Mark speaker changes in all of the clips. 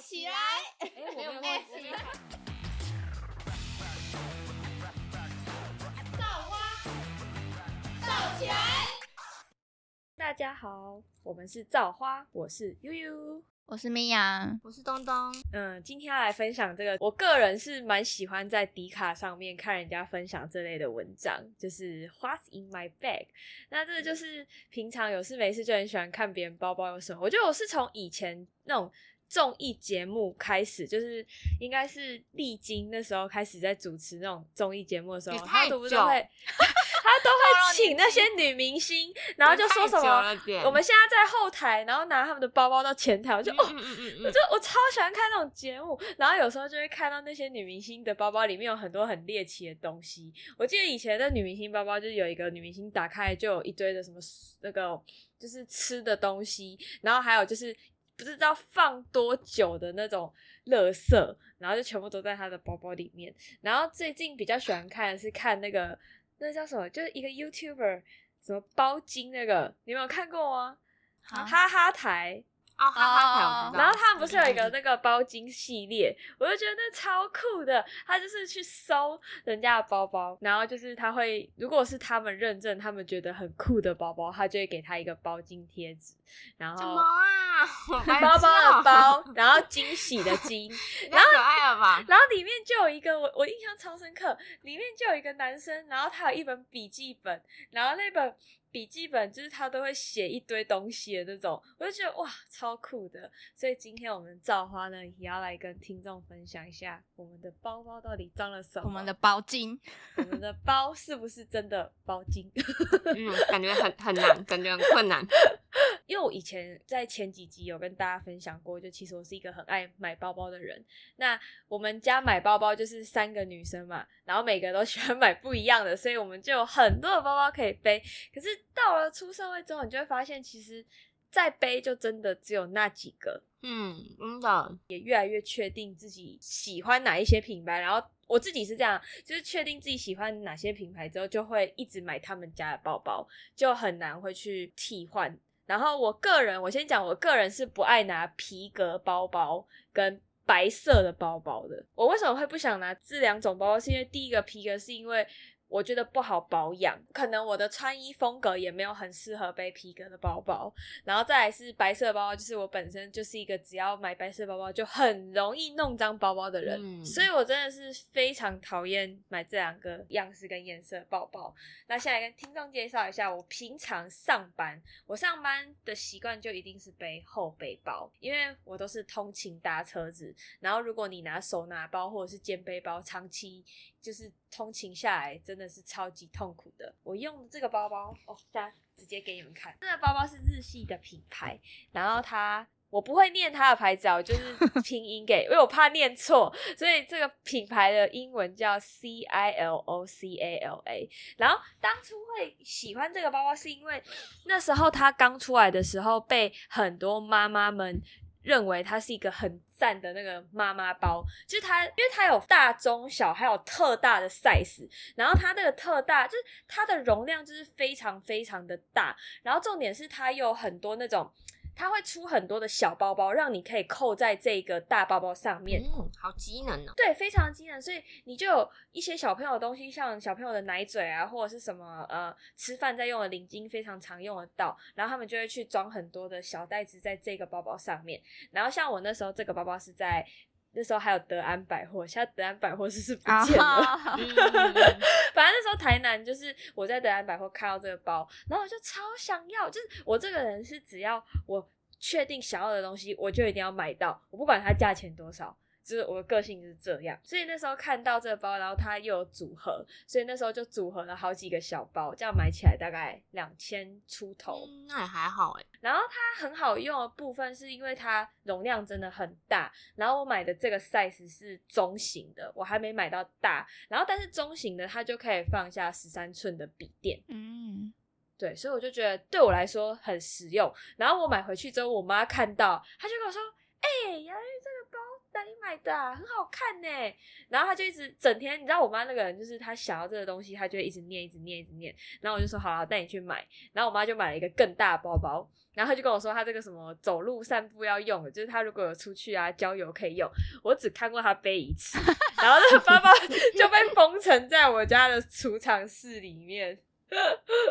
Speaker 1: 起来！
Speaker 2: 哎，我没有
Speaker 1: 哎
Speaker 2: 忘记。
Speaker 1: 造起来！
Speaker 2: 大家好，我们是造花，我是悠悠。
Speaker 1: 我是绵羊，
Speaker 3: 我是东东，
Speaker 2: 嗯，今天要来分享这个，我个人是蛮喜欢在迪卡上面看人家分享这类的文章，就是 What's in my bag。那这个就是平常有事没事就很喜欢看别人包包有什么。我觉得我是从以前那种综艺节目开始，就是应该是历经那时候开始在主持那种综艺节目的时候，
Speaker 3: 也
Speaker 2: 他
Speaker 3: 太
Speaker 2: 都不
Speaker 3: 久
Speaker 2: 都会，他都会请那些女明星，然后就说什么。我们现在在后台，然后拿他们的包包到前台，我
Speaker 3: 嗯
Speaker 2: 就、哦，我就我超喜欢看那种节目，然后有时候就会看到那些女明星的包包里面有很多很猎奇的东西。我记得以前的女明星包包就是有一个女明星打开就有一堆的什么那个就是吃的东西，然后还有就是。不知道放多久的那种垃圾，然后就全部都在她的包包里面。然后最近比较喜欢看的是看那个那叫什么，就是一个 YouTuber 什么包金那个，你们有看过吗？
Speaker 1: 啊
Speaker 2: 哈哈台，
Speaker 3: 啊，哈哈台我知道。
Speaker 2: 然后他们不是有一
Speaker 3: 嗯
Speaker 2: 个那个包金系列，我就觉得那超酷的。他就是去搜人家的包包，然后就是他会，如果是他们认证，他们觉得很酷的包包，他就会给他一个包金贴纸，然
Speaker 3: 什
Speaker 2: 后
Speaker 3: 么啊？我白
Speaker 2: 包
Speaker 3: 痴哦
Speaker 2: 包的， 包，然后惊喜的惊，
Speaker 3: 太可爱啊了吧？
Speaker 2: 然后里面就有一个我我印象超深刻，里面就有一个男生，然后他有一本笔记本，然后那本笔记本就是他都会写一堆东西的那种，我就觉得哇超酷的。所以今天我们造花呢，也要来跟听众分享一下我们的包包到底装了什么，
Speaker 1: 我们的包金，
Speaker 2: 我们的包是不是真的包金？
Speaker 3: 嗯，感觉很很难，感觉很困难。
Speaker 2: 因为我以前在前几集有跟大家分享过，就其实我是一个很爱买包包的人。那我们家买包包就是三个女生嘛，然后每个都喜欢买不一样的，所以我们就有很多的包包可以背。可是到了出社会之后，你就会发现，其实再背就真的只有那几个，
Speaker 3: 嗯，真的，
Speaker 2: 确定自己喜欢哪一些品牌，然后我自己是这样，就是确定自己喜欢哪些品牌之后，就会一直买他们家的包包，就很难会去替换。然后我个人，我先讲，我个人是不爱拿皮革包包跟白色的包包的。我为什么会不想拿这两种包包？是因为第一个皮革是因为我觉得不好保养，可能我的穿衣风格也没有很适合背皮革的包包。然后再来是白色包包，就是我本身就是一个只要买白色包包就很容易弄脏包包的人，
Speaker 3: 嗯
Speaker 2: 所以我真的是非常讨厌买这两个样式跟颜色的包包。那现在跟听众介绍一下，我平常上班，我上班的习惯就一定是背后背包，因为我都是通勤搭车子，然后如果你拿手拿包或者是肩背包，长期就是通勤下来，真的是超级痛苦的。我用的这个包包，哦，大家直接给你们看，这个包包是日系的品牌，然后它。我不会念它的牌子啊，我就是拼音给，因为我怕念错，所以这个品牌的英文叫 C I L O C A L A。然后当初会喜欢这个包包，是因为那时候它刚出来的时候，被很多妈妈们认为它是一个很赞的那个妈妈包，就是它，因为它有大、中、小，还有特大的 size，然后它那个特大就是它的容量就是非常非常的大，然后重点是它有很多那种。它会出很多的小包包，让你可以扣在这个大包包上面，
Speaker 3: 嗯，好机能哦。
Speaker 2: 对，非常惊人。所以你就有一些小朋友的东西，像小朋友的奶嘴啊，或者是什么呃吃饭在用的领巾，非常常用得到。然后他们就会去装很多的小袋子在这个包包上面。然后像我那时候这个包包是在那时候还有德安百货，现在德安百货是不是不见了。
Speaker 1: 啊
Speaker 3: 嗯，
Speaker 2: 反正那时候台南就是我在德安百货看到这个包，然后我就超想要，就是我这个人是只要我确定想要的东西，我就一定要买到，我不管它价钱多少。就是我的个性就是这样，所以那时候看到这个包，然后它又有组合，所以那时候就组合了好几个小包，这样买起来大概两千出头。
Speaker 3: 嗯那也还好哎。
Speaker 2: 然后它很好用的部分是因为它容量真的很大，然后我买的这个 size 是中型的，我还没买到大，然后但是中型的它就可以放下十三寸的笔电，
Speaker 1: 嗯，
Speaker 2: 对，所以我就觉得对我来说很实用。然后我买回去之后，我妈看到，她就跟我说：“哎、欸，洋芋这个包哪里买的啊、很好看呢、然后他就一直整天，你知道我妈那个人，就是她想要这个东西，她就会一直念，一直念，一直念。然后我就说好啊，带你去买。然后我妈就买了一个更大的包包，然后她就跟我说，她这个什么走路散步要用的，就是她如果有出去啊郊游可以用。我只看过她背一次， 然后那个包包 就被封存在我家的储藏室里面，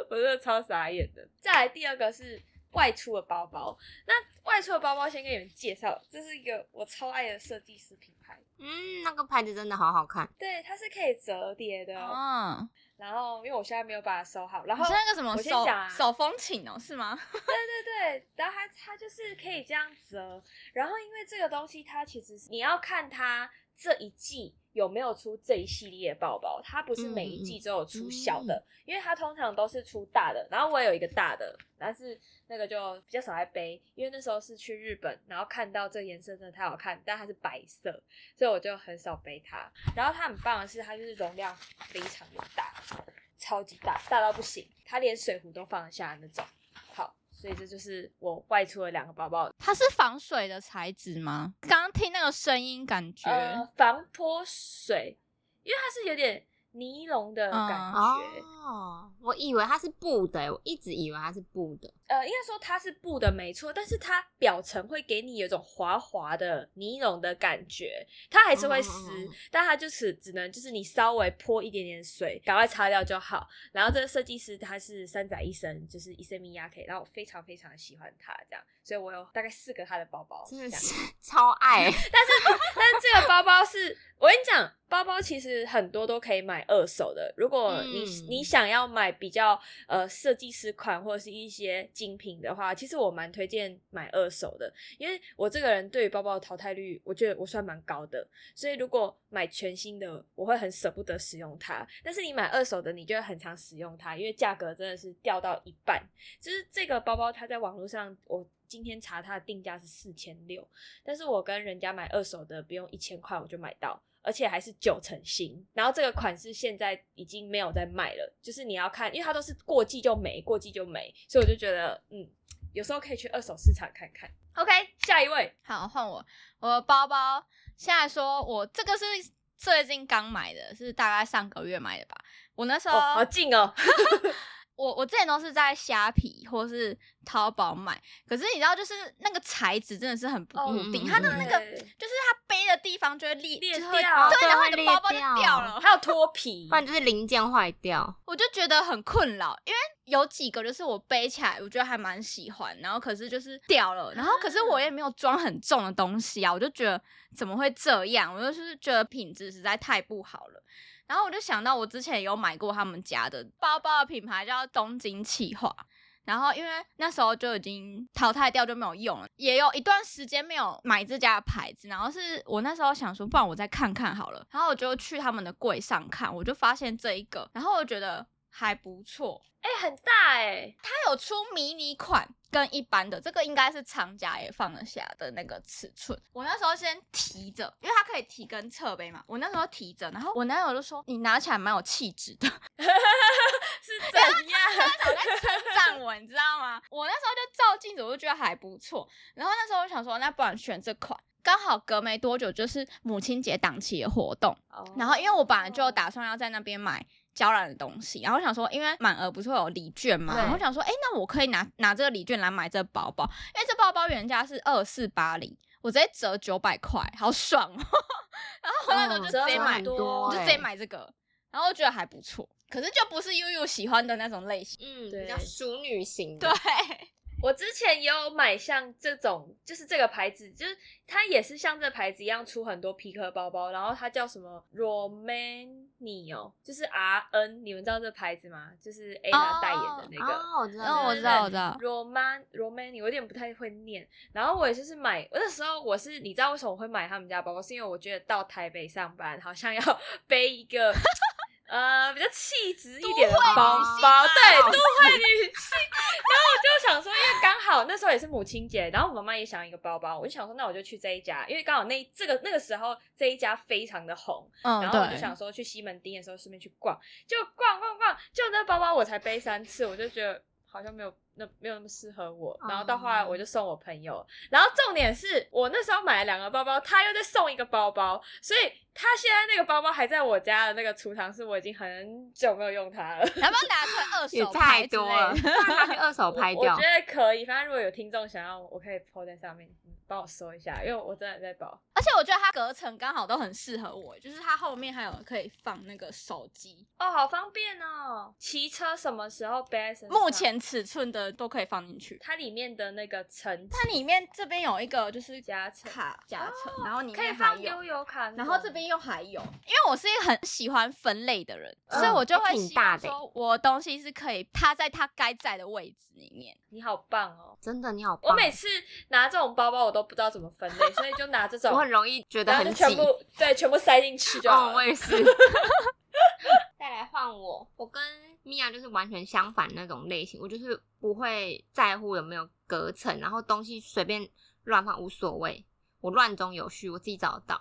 Speaker 2: 我真的超傻眼的。再来第二个是外出的包包，那外出的包包先给你们介绍，这是一个我超爱的设计师品牌，
Speaker 3: 嗯，那个牌子真的好好看，
Speaker 2: 对，它是可以折叠的。
Speaker 1: 哦，
Speaker 2: 然后因为我现在没有把它收好，然
Speaker 1: 你
Speaker 2: 后
Speaker 1: 是那个什么
Speaker 2: 我先
Speaker 1: 手
Speaker 2: 讲啊
Speaker 1: 手风琴哦，是吗？
Speaker 2: 对对对，然后它它就是可以这样折，然后因为这个东西它其实是你要看它这一季有没有出这一系列包包，它不是每
Speaker 1: 嗯
Speaker 2: 一季都有出小的，因为它通常都是出大的，然后我也有一个大的，但是那个就比较少在背，因为那时候是去日本，然后看到这个颜色真的太好看，但它是白色，所以我就很少背它。然后它很棒的是，它就是容量非常的大，超级大，大到不行，它连水壶都放得下的那种。好，所以这就是我外出的两个包包，
Speaker 1: 它是防水的材质吗？刚刚听那个声音，感觉、
Speaker 2: 呃，防泼水，因为它是有点尼龙的
Speaker 1: 嗯
Speaker 2: 感觉，
Speaker 3: 哦，我以为它是布的，欸我一直以为它是布的。
Speaker 2: 呃，应该说它是布的没错，但是它表层会给你有一种滑滑的尼龙的感觉，它还是会湿，
Speaker 3: 嗯嗯嗯嗯
Speaker 2: 但它就是只能就是你稍微泼一点点水，赶快擦掉就好。然后这个设计师他是山仔医生，就是伊森米亚 K，然后我非常非常喜欢他这样，所以我有大概四个他的包包，
Speaker 3: 真的
Speaker 2: 这样
Speaker 3: 是 超爱、欸
Speaker 2: 但是但是这个包包是我跟你讲，包包其实很多都可以买二手的。如果你、
Speaker 3: 嗯
Speaker 2: 你想要买比较呃设计师款或者是一些精品的话，其实我蛮推荐买二手的，因为我这个人对于包包的淘汰率，我觉得我算蛮高的。所以如果买全新的，我会很舍不得使用它。但是你买二手的，你就会很常使用它，因为价格真的是掉到一半。就是这个包包，它在网络上，我今天查它的定价是四千六，但是我跟人家买二手的，不用一千块我就买到。而且还是九成新，然后这个款式现在已经没有在卖了，就是你要看，因为它都是过季就没，过季就没，所以我就觉得，嗯，有时候可以去二手市场看看。OK，下一位，
Speaker 1: 好，换我。我的包包现在说，我这个是最近刚买的，是大概上个月买的吧。我那时候、
Speaker 2: 哦，好近哦，
Speaker 1: 我我之前都是在虾皮或是淘宝买，可是你知道，就是那个材质真的是很不
Speaker 2: 哦
Speaker 1: 固
Speaker 3: 嗯
Speaker 1: 定，它的那个
Speaker 2: 对
Speaker 1: 就是它背的地方就会裂
Speaker 2: 裂
Speaker 1: 就会
Speaker 2: 掉啊
Speaker 1: 对，
Speaker 3: 对
Speaker 1: 然后
Speaker 3: 会
Speaker 1: 你的
Speaker 3: 裂
Speaker 1: 包包就
Speaker 3: 掉
Speaker 1: 掉了，
Speaker 2: 还有脱皮
Speaker 3: 不，然就是零件坏掉。
Speaker 1: 我就觉得很困扰，因为有几个就是我背起来，我觉得还蛮喜欢，然后可是就是掉了，然后可是我也没有装很重的东西啊，我就觉得怎么会这样？我就是觉得品质实在太不好了。然后我就想到我之前有买过他们家的包包的品牌叫东京气化，然后因为那时候就已经淘汰掉就没有用了，也有一段时间没有买这家的牌子。然后是我那时候想说，不然我再看看好了。然后我就去他们的柜上看，我就发现这一个，然后我觉得还不错。
Speaker 2: 哎、很大 哎、
Speaker 1: 它有出迷你款跟一般的，这个应该是厂家也放得下的那个尺寸。我那时候先提着，因为它可以提跟侧背嘛，我那时候提着，然后我男友就说：“你拿起来蛮有气质的。”
Speaker 2: 是怎样？
Speaker 1: 我在称赞我，你知道吗？我那时候就照镜子，我就觉得还不错。然后那时候我想说，那不然选这款。刚好隔没多久就是母亲节档期的活动，然后因为我本来就打算要在那边买娇兰的东西，然后我想说，因为满额不是会有礼券嘛，
Speaker 2: 对
Speaker 1: 然后我想说，哎、那我可以拿拿这个礼券来买这个包包，因为这包包原价是二四八零，我直接折九百块，好爽哦。 然后我那时候就
Speaker 3: 哦
Speaker 1: 直接
Speaker 3: 折
Speaker 1: 买，
Speaker 3: 很多
Speaker 1: 我
Speaker 3: 欸
Speaker 1: 就直接买这个，然后我觉得还不错，可是就不是悠悠喜欢的那种类型。
Speaker 3: 嗯，
Speaker 2: 对
Speaker 3: 比较淑女型
Speaker 1: 对
Speaker 3: 的。，
Speaker 2: 我之前也有买像这种，就是这个牌子，就是它也是像这牌子一样出很多皮壳包包，然后它叫什么 Romani 哦，就是 R N，你们知道这牌子吗？就是 Ada 代言的那个。
Speaker 3: 哦，我知
Speaker 1: 哦，
Speaker 3: 道，
Speaker 1: 我知道，我知道，
Speaker 2: Roman Romani，我有点不太会念。然后我也就是买，我那时候我是你知道为什么我会买他们家包包，是因为我觉得到台北上班好像要 背一个呃比较气质一点的包
Speaker 3: 女性啊
Speaker 1: 嘛
Speaker 2: 包，对，都会女性。然后我就想说，因为刚好那时候也是母亲节，然后我妈妈也想要一个包包，我就想说那我就去这一家，因为刚好那这个那个时候这一家非常的红，
Speaker 1: 嗯，
Speaker 2: 然后我就
Speaker 1: 对，
Speaker 2: 想说去西门町的时候顺便去逛，就逛逛逛，就那包包我才背三次，我就觉得好像没有那没有那么适合我
Speaker 3: 哦。
Speaker 2: 然后到后来我就送我朋友，然后重点是我那时候买了两个包包，他又再送一个包包，所以他现在那个包包还在我家的那个储藏室，我已经很久没有用它了。
Speaker 1: 要不要拿出来 二
Speaker 3: 也
Speaker 1: 手
Speaker 3: 太
Speaker 1: 拍之
Speaker 3: 多
Speaker 1: 类
Speaker 3: 了，
Speaker 1: 的
Speaker 3: 那拿去二手拍
Speaker 2: 我
Speaker 3: 掉
Speaker 2: 觉。得可以，反正如果有听众想要，我可以 PO 在上面，你帮我搜一下，因为我真的在保。
Speaker 1: 而且我觉得它隔层刚好都很适合我，就是它后面还有可以放那个手机，
Speaker 2: 哦，好方便哦！骑车什么时候背在身上？
Speaker 1: 目前尺寸的都可以放进去。
Speaker 2: 它里面的那个层
Speaker 1: 它里面这边有一个就是
Speaker 2: 夹层
Speaker 1: 卡哦夹层，然后你
Speaker 2: 可以放悠游卡那种，
Speaker 1: 然后这边又还有，哎因为我是一个很喜欢分类的人，
Speaker 2: 嗯
Speaker 1: 所以我就
Speaker 3: 还
Speaker 1: 会
Speaker 3: 挺
Speaker 1: 希
Speaker 3: 大
Speaker 1: 望
Speaker 3: 的
Speaker 1: 说，我东西是可以它在它该在的位置里面。
Speaker 2: 你好棒哦！
Speaker 3: 真的，你好棒！
Speaker 2: 我每次拿这种包包，我都不知道怎么分类，所以就拿这 种，
Speaker 3: 我很容易觉得
Speaker 2: 然后
Speaker 3: 很
Speaker 2: 就
Speaker 3: 挤。
Speaker 2: 全部对全部塞进去就好
Speaker 3: 哦，
Speaker 2: 了。
Speaker 3: 我也是。再来换我，我跟米娅就是完全相反那种类型，我就是不会在乎有没有隔层，然后东西随便乱放无所谓。我乱中有序，我自己找得到。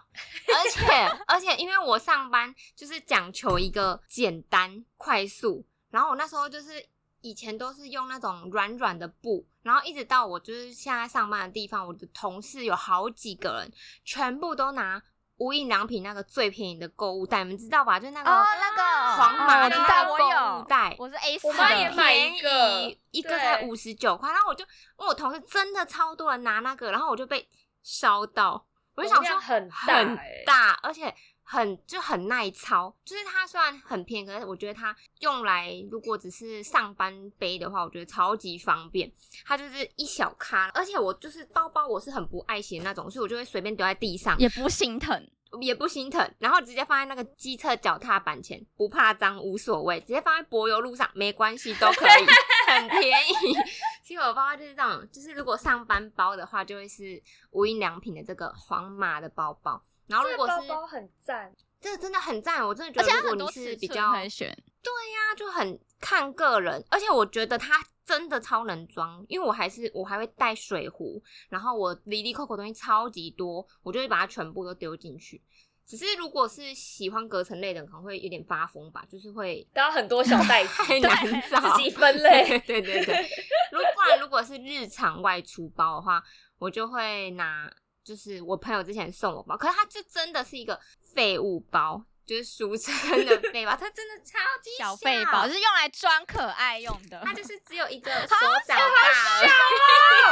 Speaker 3: 而且而且，因为我上班就是讲求一个简单快速，然后我那时候就是以前都是用那种软软的布，然后一直到我就是现在上班的地方，我的同事有好几个人，全部都拿无印良品那个最便宜的购物袋，你们知道吧？就是那个
Speaker 1: 哦，那个
Speaker 3: 黄
Speaker 2: 马
Speaker 3: 码
Speaker 1: 我
Speaker 3: 的
Speaker 1: 知
Speaker 3: 那
Speaker 1: 道
Speaker 3: 个
Speaker 1: 我
Speaker 3: 购物
Speaker 1: 有，
Speaker 3: 袋，
Speaker 1: 我是 A 四
Speaker 2: 我妈也
Speaker 1: 的，
Speaker 2: 买一个
Speaker 3: 便宜一个
Speaker 2: 对
Speaker 3: 才五十九块，然后我就因为我同事真的超多人拿那个，然后我就被烧到，我就想
Speaker 2: 容
Speaker 3: 说
Speaker 2: 量很大
Speaker 3: 很
Speaker 2: 欸
Speaker 3: 大，而且很就很耐操，就是它虽然很便宜，可是我觉得它用来如果只是上班背的话，我觉得超级方便。它就是一小咖，而且我就是包包我是很不爱惜的那种，所以我就会随便丢在地上，
Speaker 1: 也不心疼。
Speaker 3: 也不心疼，然后直接放在那个机车脚踏板前，不怕脏，无所谓，直接放在柏油路上，没关系，都可 以，很便宜。 其实我包包就是这种，就是如果上班包的话，就会是无印良品的这个黄马的包包。然后
Speaker 2: 这
Speaker 3: 如果
Speaker 2: 个包
Speaker 3: 是
Speaker 2: 包很赞，
Speaker 3: 这个真的很赞，我真的
Speaker 1: 而
Speaker 3: 觉
Speaker 1: 且
Speaker 3: 得
Speaker 1: 它
Speaker 3: 如果
Speaker 1: 很
Speaker 3: 你
Speaker 1: 多
Speaker 3: 是
Speaker 1: 尺
Speaker 3: 比
Speaker 1: 寸哦
Speaker 3: 较
Speaker 1: 可以选，
Speaker 3: 它就很看个人，而且我觉得它真的超能装，因为我还是我还会带水壶，然后我离离扣扣东西超级多，我就会把它全部都丢进去。只是如果是喜欢隔层类的，可能会有点发疯吧，就是 会
Speaker 2: 然后很多小 袋子，
Speaker 3: 太难找，
Speaker 2: 自己分类。
Speaker 3: 对对对对，如果不然如果是日常外出包的话，我就会拿，就是我朋友之前送我包，可是它就真的是一个废物包。就是俗称的 废包，它真的超级
Speaker 1: 小背包就是用来装可爱用的。
Speaker 3: 它就是只有一个手掌大而已。啊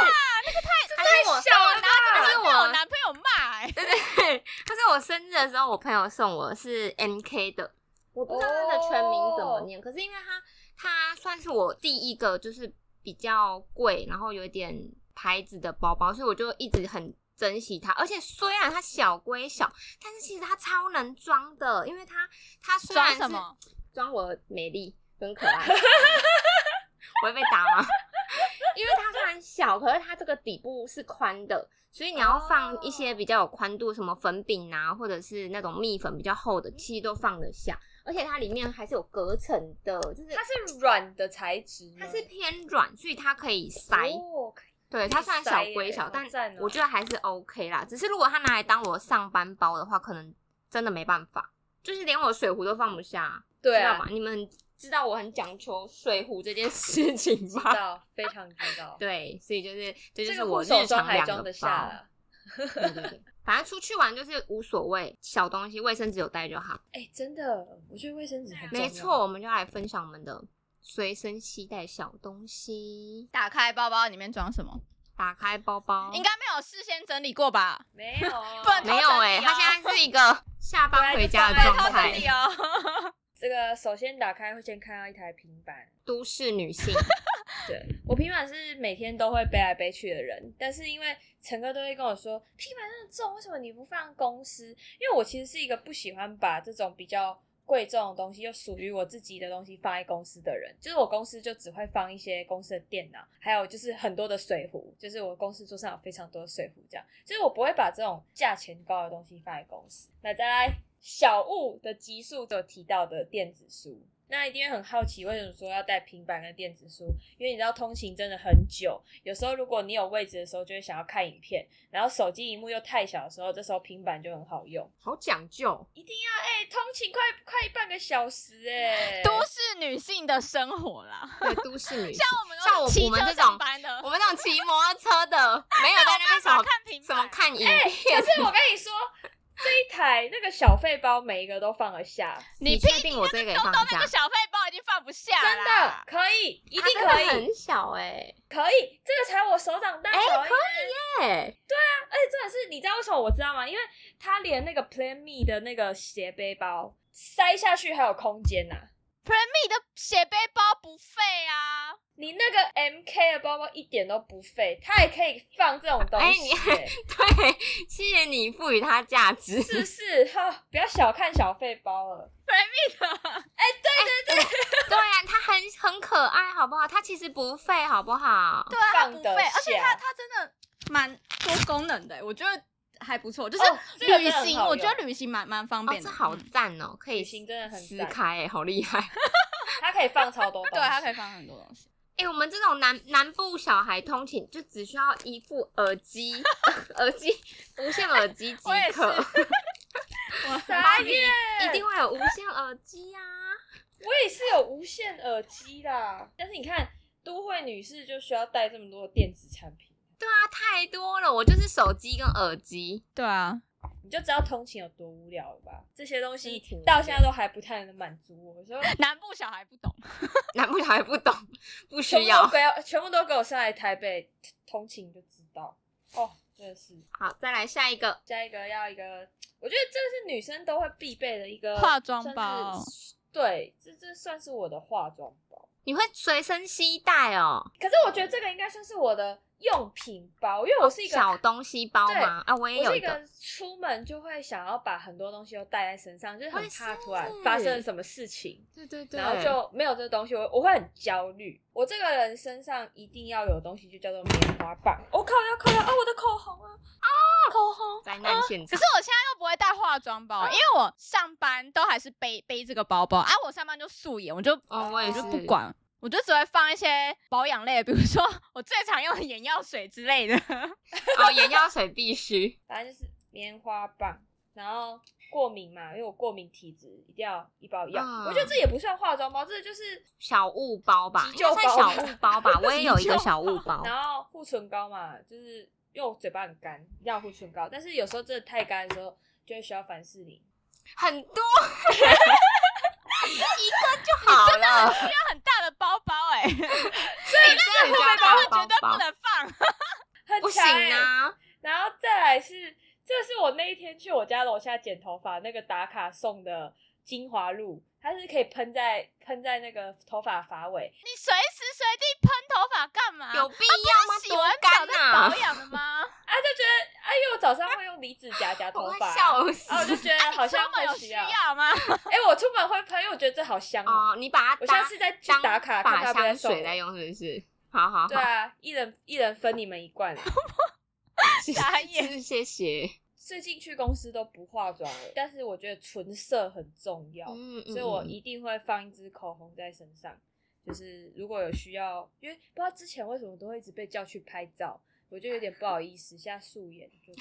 Speaker 3: 它是我
Speaker 2: 小了吧
Speaker 3: 它是
Speaker 1: 被
Speaker 3: 我
Speaker 1: 我男朋友骂、欸，
Speaker 3: 对对对，它是我生日的时候，我朋友送我是 M K 的，哦我不知道它的全名怎么念，可是因为它它算是我第一个就是比较贵，然后有一点牌子的包包，所以我就一直很。珍惜它，而且虽然它小归小，但是其实它超能装的，因为它它虽然
Speaker 1: 装
Speaker 3: 是
Speaker 1: 什么？
Speaker 3: 装我美丽跟可 爱，我会被打吗？ 因为它虽然小，可是它这个底部是宽的，所以你要放一些比较有宽度，什么粉饼啊，或者是那种蜜粉比较厚的，其实都放得下。而且它里面还是有隔层的，就是
Speaker 2: 它是软的材质吗，
Speaker 3: 它是偏软，所以它可以塞。
Speaker 2: 哦，可以
Speaker 3: 对，它虽然小归小
Speaker 2: 塞耶，
Speaker 3: 但
Speaker 2: 好赞哦
Speaker 3: 我觉得还是 OK 啦。只是如果它拿来当我上班包的话，可能真的没办法，就是连我水壶都放不下。
Speaker 2: 对
Speaker 3: 知道
Speaker 2: 啊
Speaker 3: 吗？，你们知道我很讲求水壶这件事情
Speaker 2: 知
Speaker 3: 吧？
Speaker 2: 道，非常知道。
Speaker 3: 对，所以就是这就
Speaker 2: 这
Speaker 3: 是
Speaker 2: 个
Speaker 3: 我
Speaker 2: 护
Speaker 3: 日
Speaker 2: 手
Speaker 3: 常
Speaker 2: 霜还
Speaker 3: 两
Speaker 2: 装
Speaker 3: 个
Speaker 2: 得
Speaker 3: 包。
Speaker 2: 下啊。
Speaker 3: 对对对， 反正出去玩就是无所谓，小东西卫生纸有带就好。
Speaker 2: 哎、真的，我觉得卫生纸很重要
Speaker 3: 没错，我，们就来分享我们的随身携带小东西，
Speaker 1: 打开包包里面装什么？
Speaker 3: 打开包包。
Speaker 1: 应该没有事先整理过吧？，
Speaker 2: 没有啊
Speaker 1: 不然
Speaker 3: 没有哎、
Speaker 1: 偷整理哦
Speaker 3: 他现在是一个下班回家的
Speaker 2: 对
Speaker 3: 状
Speaker 1: 偷
Speaker 2: 就放在
Speaker 1: 整
Speaker 3: 态
Speaker 1: 理，哦。
Speaker 2: 这个首先打开会先看到一台平板，
Speaker 3: 都市女性。
Speaker 2: 对我平板是每天都会背来背去的人，但是因为陈哥都会跟我说平板那么重，为什么你不放公司？因为我其实是一个不喜欢把这种比较贵重的东西，又属于我自己的东西放在公司的人。就是我公司就只会放一些公司的电脑，还有就是很多的水壶，就是我公司桌上有非常多的水壶，这样，就是我不会把这种价钱高的东西放在公司。那再来小物的集数就有提到的电子书。那一定会很好奇，为什么说要带平板跟电子书？因为你知道通勤真的很久，有时候如果你有位置的时候，就会想要看影片，然后手机荧幕又太小的时候，这时候平板就很好用。
Speaker 3: 好讲究，
Speaker 2: 哎、通勤快快半个小时 哎、
Speaker 1: 都市女性的生活啦，
Speaker 3: 对都市女性，
Speaker 1: 像我们
Speaker 3: 像
Speaker 1: 都
Speaker 3: 我
Speaker 1: 是骑
Speaker 3: 们
Speaker 1: 车
Speaker 3: 这种
Speaker 1: 上，班的，
Speaker 3: 我们这种骑摩托车的，没有在那边什么
Speaker 1: 看 平
Speaker 3: 什么
Speaker 1: 板，
Speaker 3: 看影片
Speaker 2: 可，是我跟你说，这一台那个小费包每一个都放得下，
Speaker 1: 你屁
Speaker 3: 确定我这个也
Speaker 1: 东
Speaker 3: 放
Speaker 1: 东
Speaker 3: 得
Speaker 1: 那
Speaker 3: 下
Speaker 1: 个？小费包已经放不下
Speaker 2: 真的啊
Speaker 1: 啦，
Speaker 2: 可以，一
Speaker 3: 一
Speaker 2: 定可以，
Speaker 3: 很小哎，
Speaker 2: 可以，这个才我手掌大小、欸。可以
Speaker 3: 耶，
Speaker 2: 而且真的是，你知道为什么我知道吗？因为它连那个 Plan Me 的那个斜背包塞下去还有空间呐、
Speaker 1: 你的斜背包不费啊，
Speaker 2: 你那个 MK 的包包一点都不费，它还可以放这种东西、
Speaker 3: 哎
Speaker 2: 欸，
Speaker 3: 对，谢谢你赋予它价值。
Speaker 2: 是不啊是？哈，不要小看小费包了。
Speaker 3: 对啊，它很很可爱，好不好？它其实不费，好不好？
Speaker 1: 对啊，它
Speaker 2: 放
Speaker 1: 不
Speaker 2: 得
Speaker 1: 费，而且它
Speaker 2: 下
Speaker 1: 它真的蛮多功能的欸，我觉得还不错，就是
Speaker 2: 哦这个真
Speaker 1: 旅
Speaker 2: 的很
Speaker 1: 行，
Speaker 2: 好
Speaker 1: 我觉
Speaker 2: 用
Speaker 1: 得旅行蛮蛮方
Speaker 3: 哦
Speaker 1: 便，的，
Speaker 3: 这好
Speaker 1: 嗯
Speaker 3: 赞哦，可以
Speaker 2: 旅行真的很
Speaker 3: 撕
Speaker 2: 赞
Speaker 3: 开哎，好厉害！
Speaker 2: 它可以放 超多东西，
Speaker 1: 对，啊它可以放很多东西。
Speaker 3: 哎、我们这种南南部小孩通勤就只需要一副耳机， 耳机无线耳机即
Speaker 1: 我也
Speaker 3: 可，
Speaker 1: 我
Speaker 2: 傻眼，
Speaker 3: 一定会有无线耳机啊！
Speaker 2: 我也是有无线耳机啦，但是你看，都会女士就需要带这么多的电子产品，
Speaker 3: 对啊，太多了，我就是手机跟耳机，
Speaker 1: 对啊，
Speaker 2: 你就知道通勤有多无聊了吧？这些东
Speaker 3: 真的
Speaker 2: 西
Speaker 3: 挺无聊
Speaker 2: 到现在都还不太能满足 我，所以
Speaker 1: 南部小孩不 懂，
Speaker 3: 南部小孩不懂，不
Speaker 2: 全
Speaker 3: 需
Speaker 2: 部都
Speaker 3: 要。
Speaker 2: 给我全部都给我上来台北通勤就知道哦，真的是
Speaker 3: 好，再来下一个，
Speaker 2: 下一个要一个，我觉得这是女生都会必备的一个
Speaker 1: 化妆包
Speaker 2: 算是对，这这算是我的化妆包。
Speaker 3: 你会随身携带哦，
Speaker 2: 可是我觉得这个应该算是我的用品包，因为我是一个
Speaker 3: 哦小东西包吗？啊，我也
Speaker 2: 我
Speaker 3: 有
Speaker 2: 是
Speaker 3: 一
Speaker 2: 一
Speaker 3: 个，
Speaker 2: 个出门就会想要把很多东西都带在身上，就是
Speaker 3: 我
Speaker 2: 很
Speaker 3: 也
Speaker 2: 怕
Speaker 3: 是
Speaker 2: 突然发生了什么事情，
Speaker 3: 对对嗯对，
Speaker 2: 然后就没有这个东西，我我会很焦虑。我这个人身上一定要有东西，就叫做棉花棒。我、靠要靠要啊！我的口红啊啊！口红
Speaker 3: 灾难现
Speaker 1: 可
Speaker 3: 场
Speaker 1: 是。我现在又不会带化妆包，因为我上班都还是背背这个包包啊，我上班就素颜，我就
Speaker 3: 哦，我也
Speaker 1: 我
Speaker 3: 是
Speaker 1: 就不，管，我就只会放一些保养类的，比如说 我最常用的眼药水之类的。
Speaker 3: 哦，眼药水必须。
Speaker 2: 反正就是棉花棒。然后过敏嘛，因为我过敏体质，一定要一包药。
Speaker 3: 嗯
Speaker 2: 我觉得这也不算化妆包，这就是
Speaker 3: 小物包吧，
Speaker 2: 急
Speaker 3: 应
Speaker 2: 救
Speaker 3: 该算
Speaker 2: 包
Speaker 3: 小物包
Speaker 2: 吧
Speaker 3: 吧，我也有一个小物包。
Speaker 2: 然后护唇膏嘛，就是因为我嘴巴很干，一定要护唇膏。但是有时候真的太干的时候，就会需要凡士林。
Speaker 3: 很多，一个就好了。
Speaker 1: 需要很大的包包哎、欸，
Speaker 3: 你真的
Speaker 1: 大
Speaker 3: 很大
Speaker 1: 包包绝对不能放。
Speaker 2: 很
Speaker 3: 不行
Speaker 2: 强欸！
Speaker 3: 啊！
Speaker 2: 然后再来是，这是我那一天去我家楼下剪头发那个打卡送的精华露，它是可以喷在喷在那个头发发尾，
Speaker 1: 你随时随地喷头发干嘛？
Speaker 3: 有必要吗？
Speaker 1: 洗
Speaker 3: 多
Speaker 1: 完澡
Speaker 3: 干
Speaker 1: 再
Speaker 3: 呐
Speaker 1: 保！养的 吗？
Speaker 2: 啊，就觉得哎，因为我早上会用离子夹夹头
Speaker 3: 我
Speaker 2: 发
Speaker 3: 快
Speaker 2: 啊，
Speaker 3: 笑
Speaker 2: 然后我就
Speaker 3: 死。
Speaker 2: 觉得好
Speaker 1: 出
Speaker 2: 像
Speaker 1: 门有
Speaker 2: 会
Speaker 1: 需
Speaker 2: 需要。
Speaker 1: 要吗？
Speaker 2: 哎，我出门会喷，因为我觉得这好香哦。
Speaker 3: 哦，你把它
Speaker 2: 我下
Speaker 3: 当
Speaker 2: 次再去
Speaker 3: 当
Speaker 2: 打卡看
Speaker 3: 法
Speaker 2: 他不
Speaker 3: 香
Speaker 2: 在送
Speaker 3: 水在
Speaker 2: 我。
Speaker 3: 用，是不是？好好
Speaker 2: 对
Speaker 3: 好，
Speaker 2: 啊，一人一人分你们一罐。
Speaker 1: 傻眼
Speaker 3: 是谢谢。
Speaker 2: 最近去公司都不化妆了，但是我觉得唇色很重要。
Speaker 3: 嗯
Speaker 2: 所以我一定会放一支口红在身上，就是如果有需要，因为不知道之前为什么都会一直被叫去拍照，我就有点不好意思，现在素颜就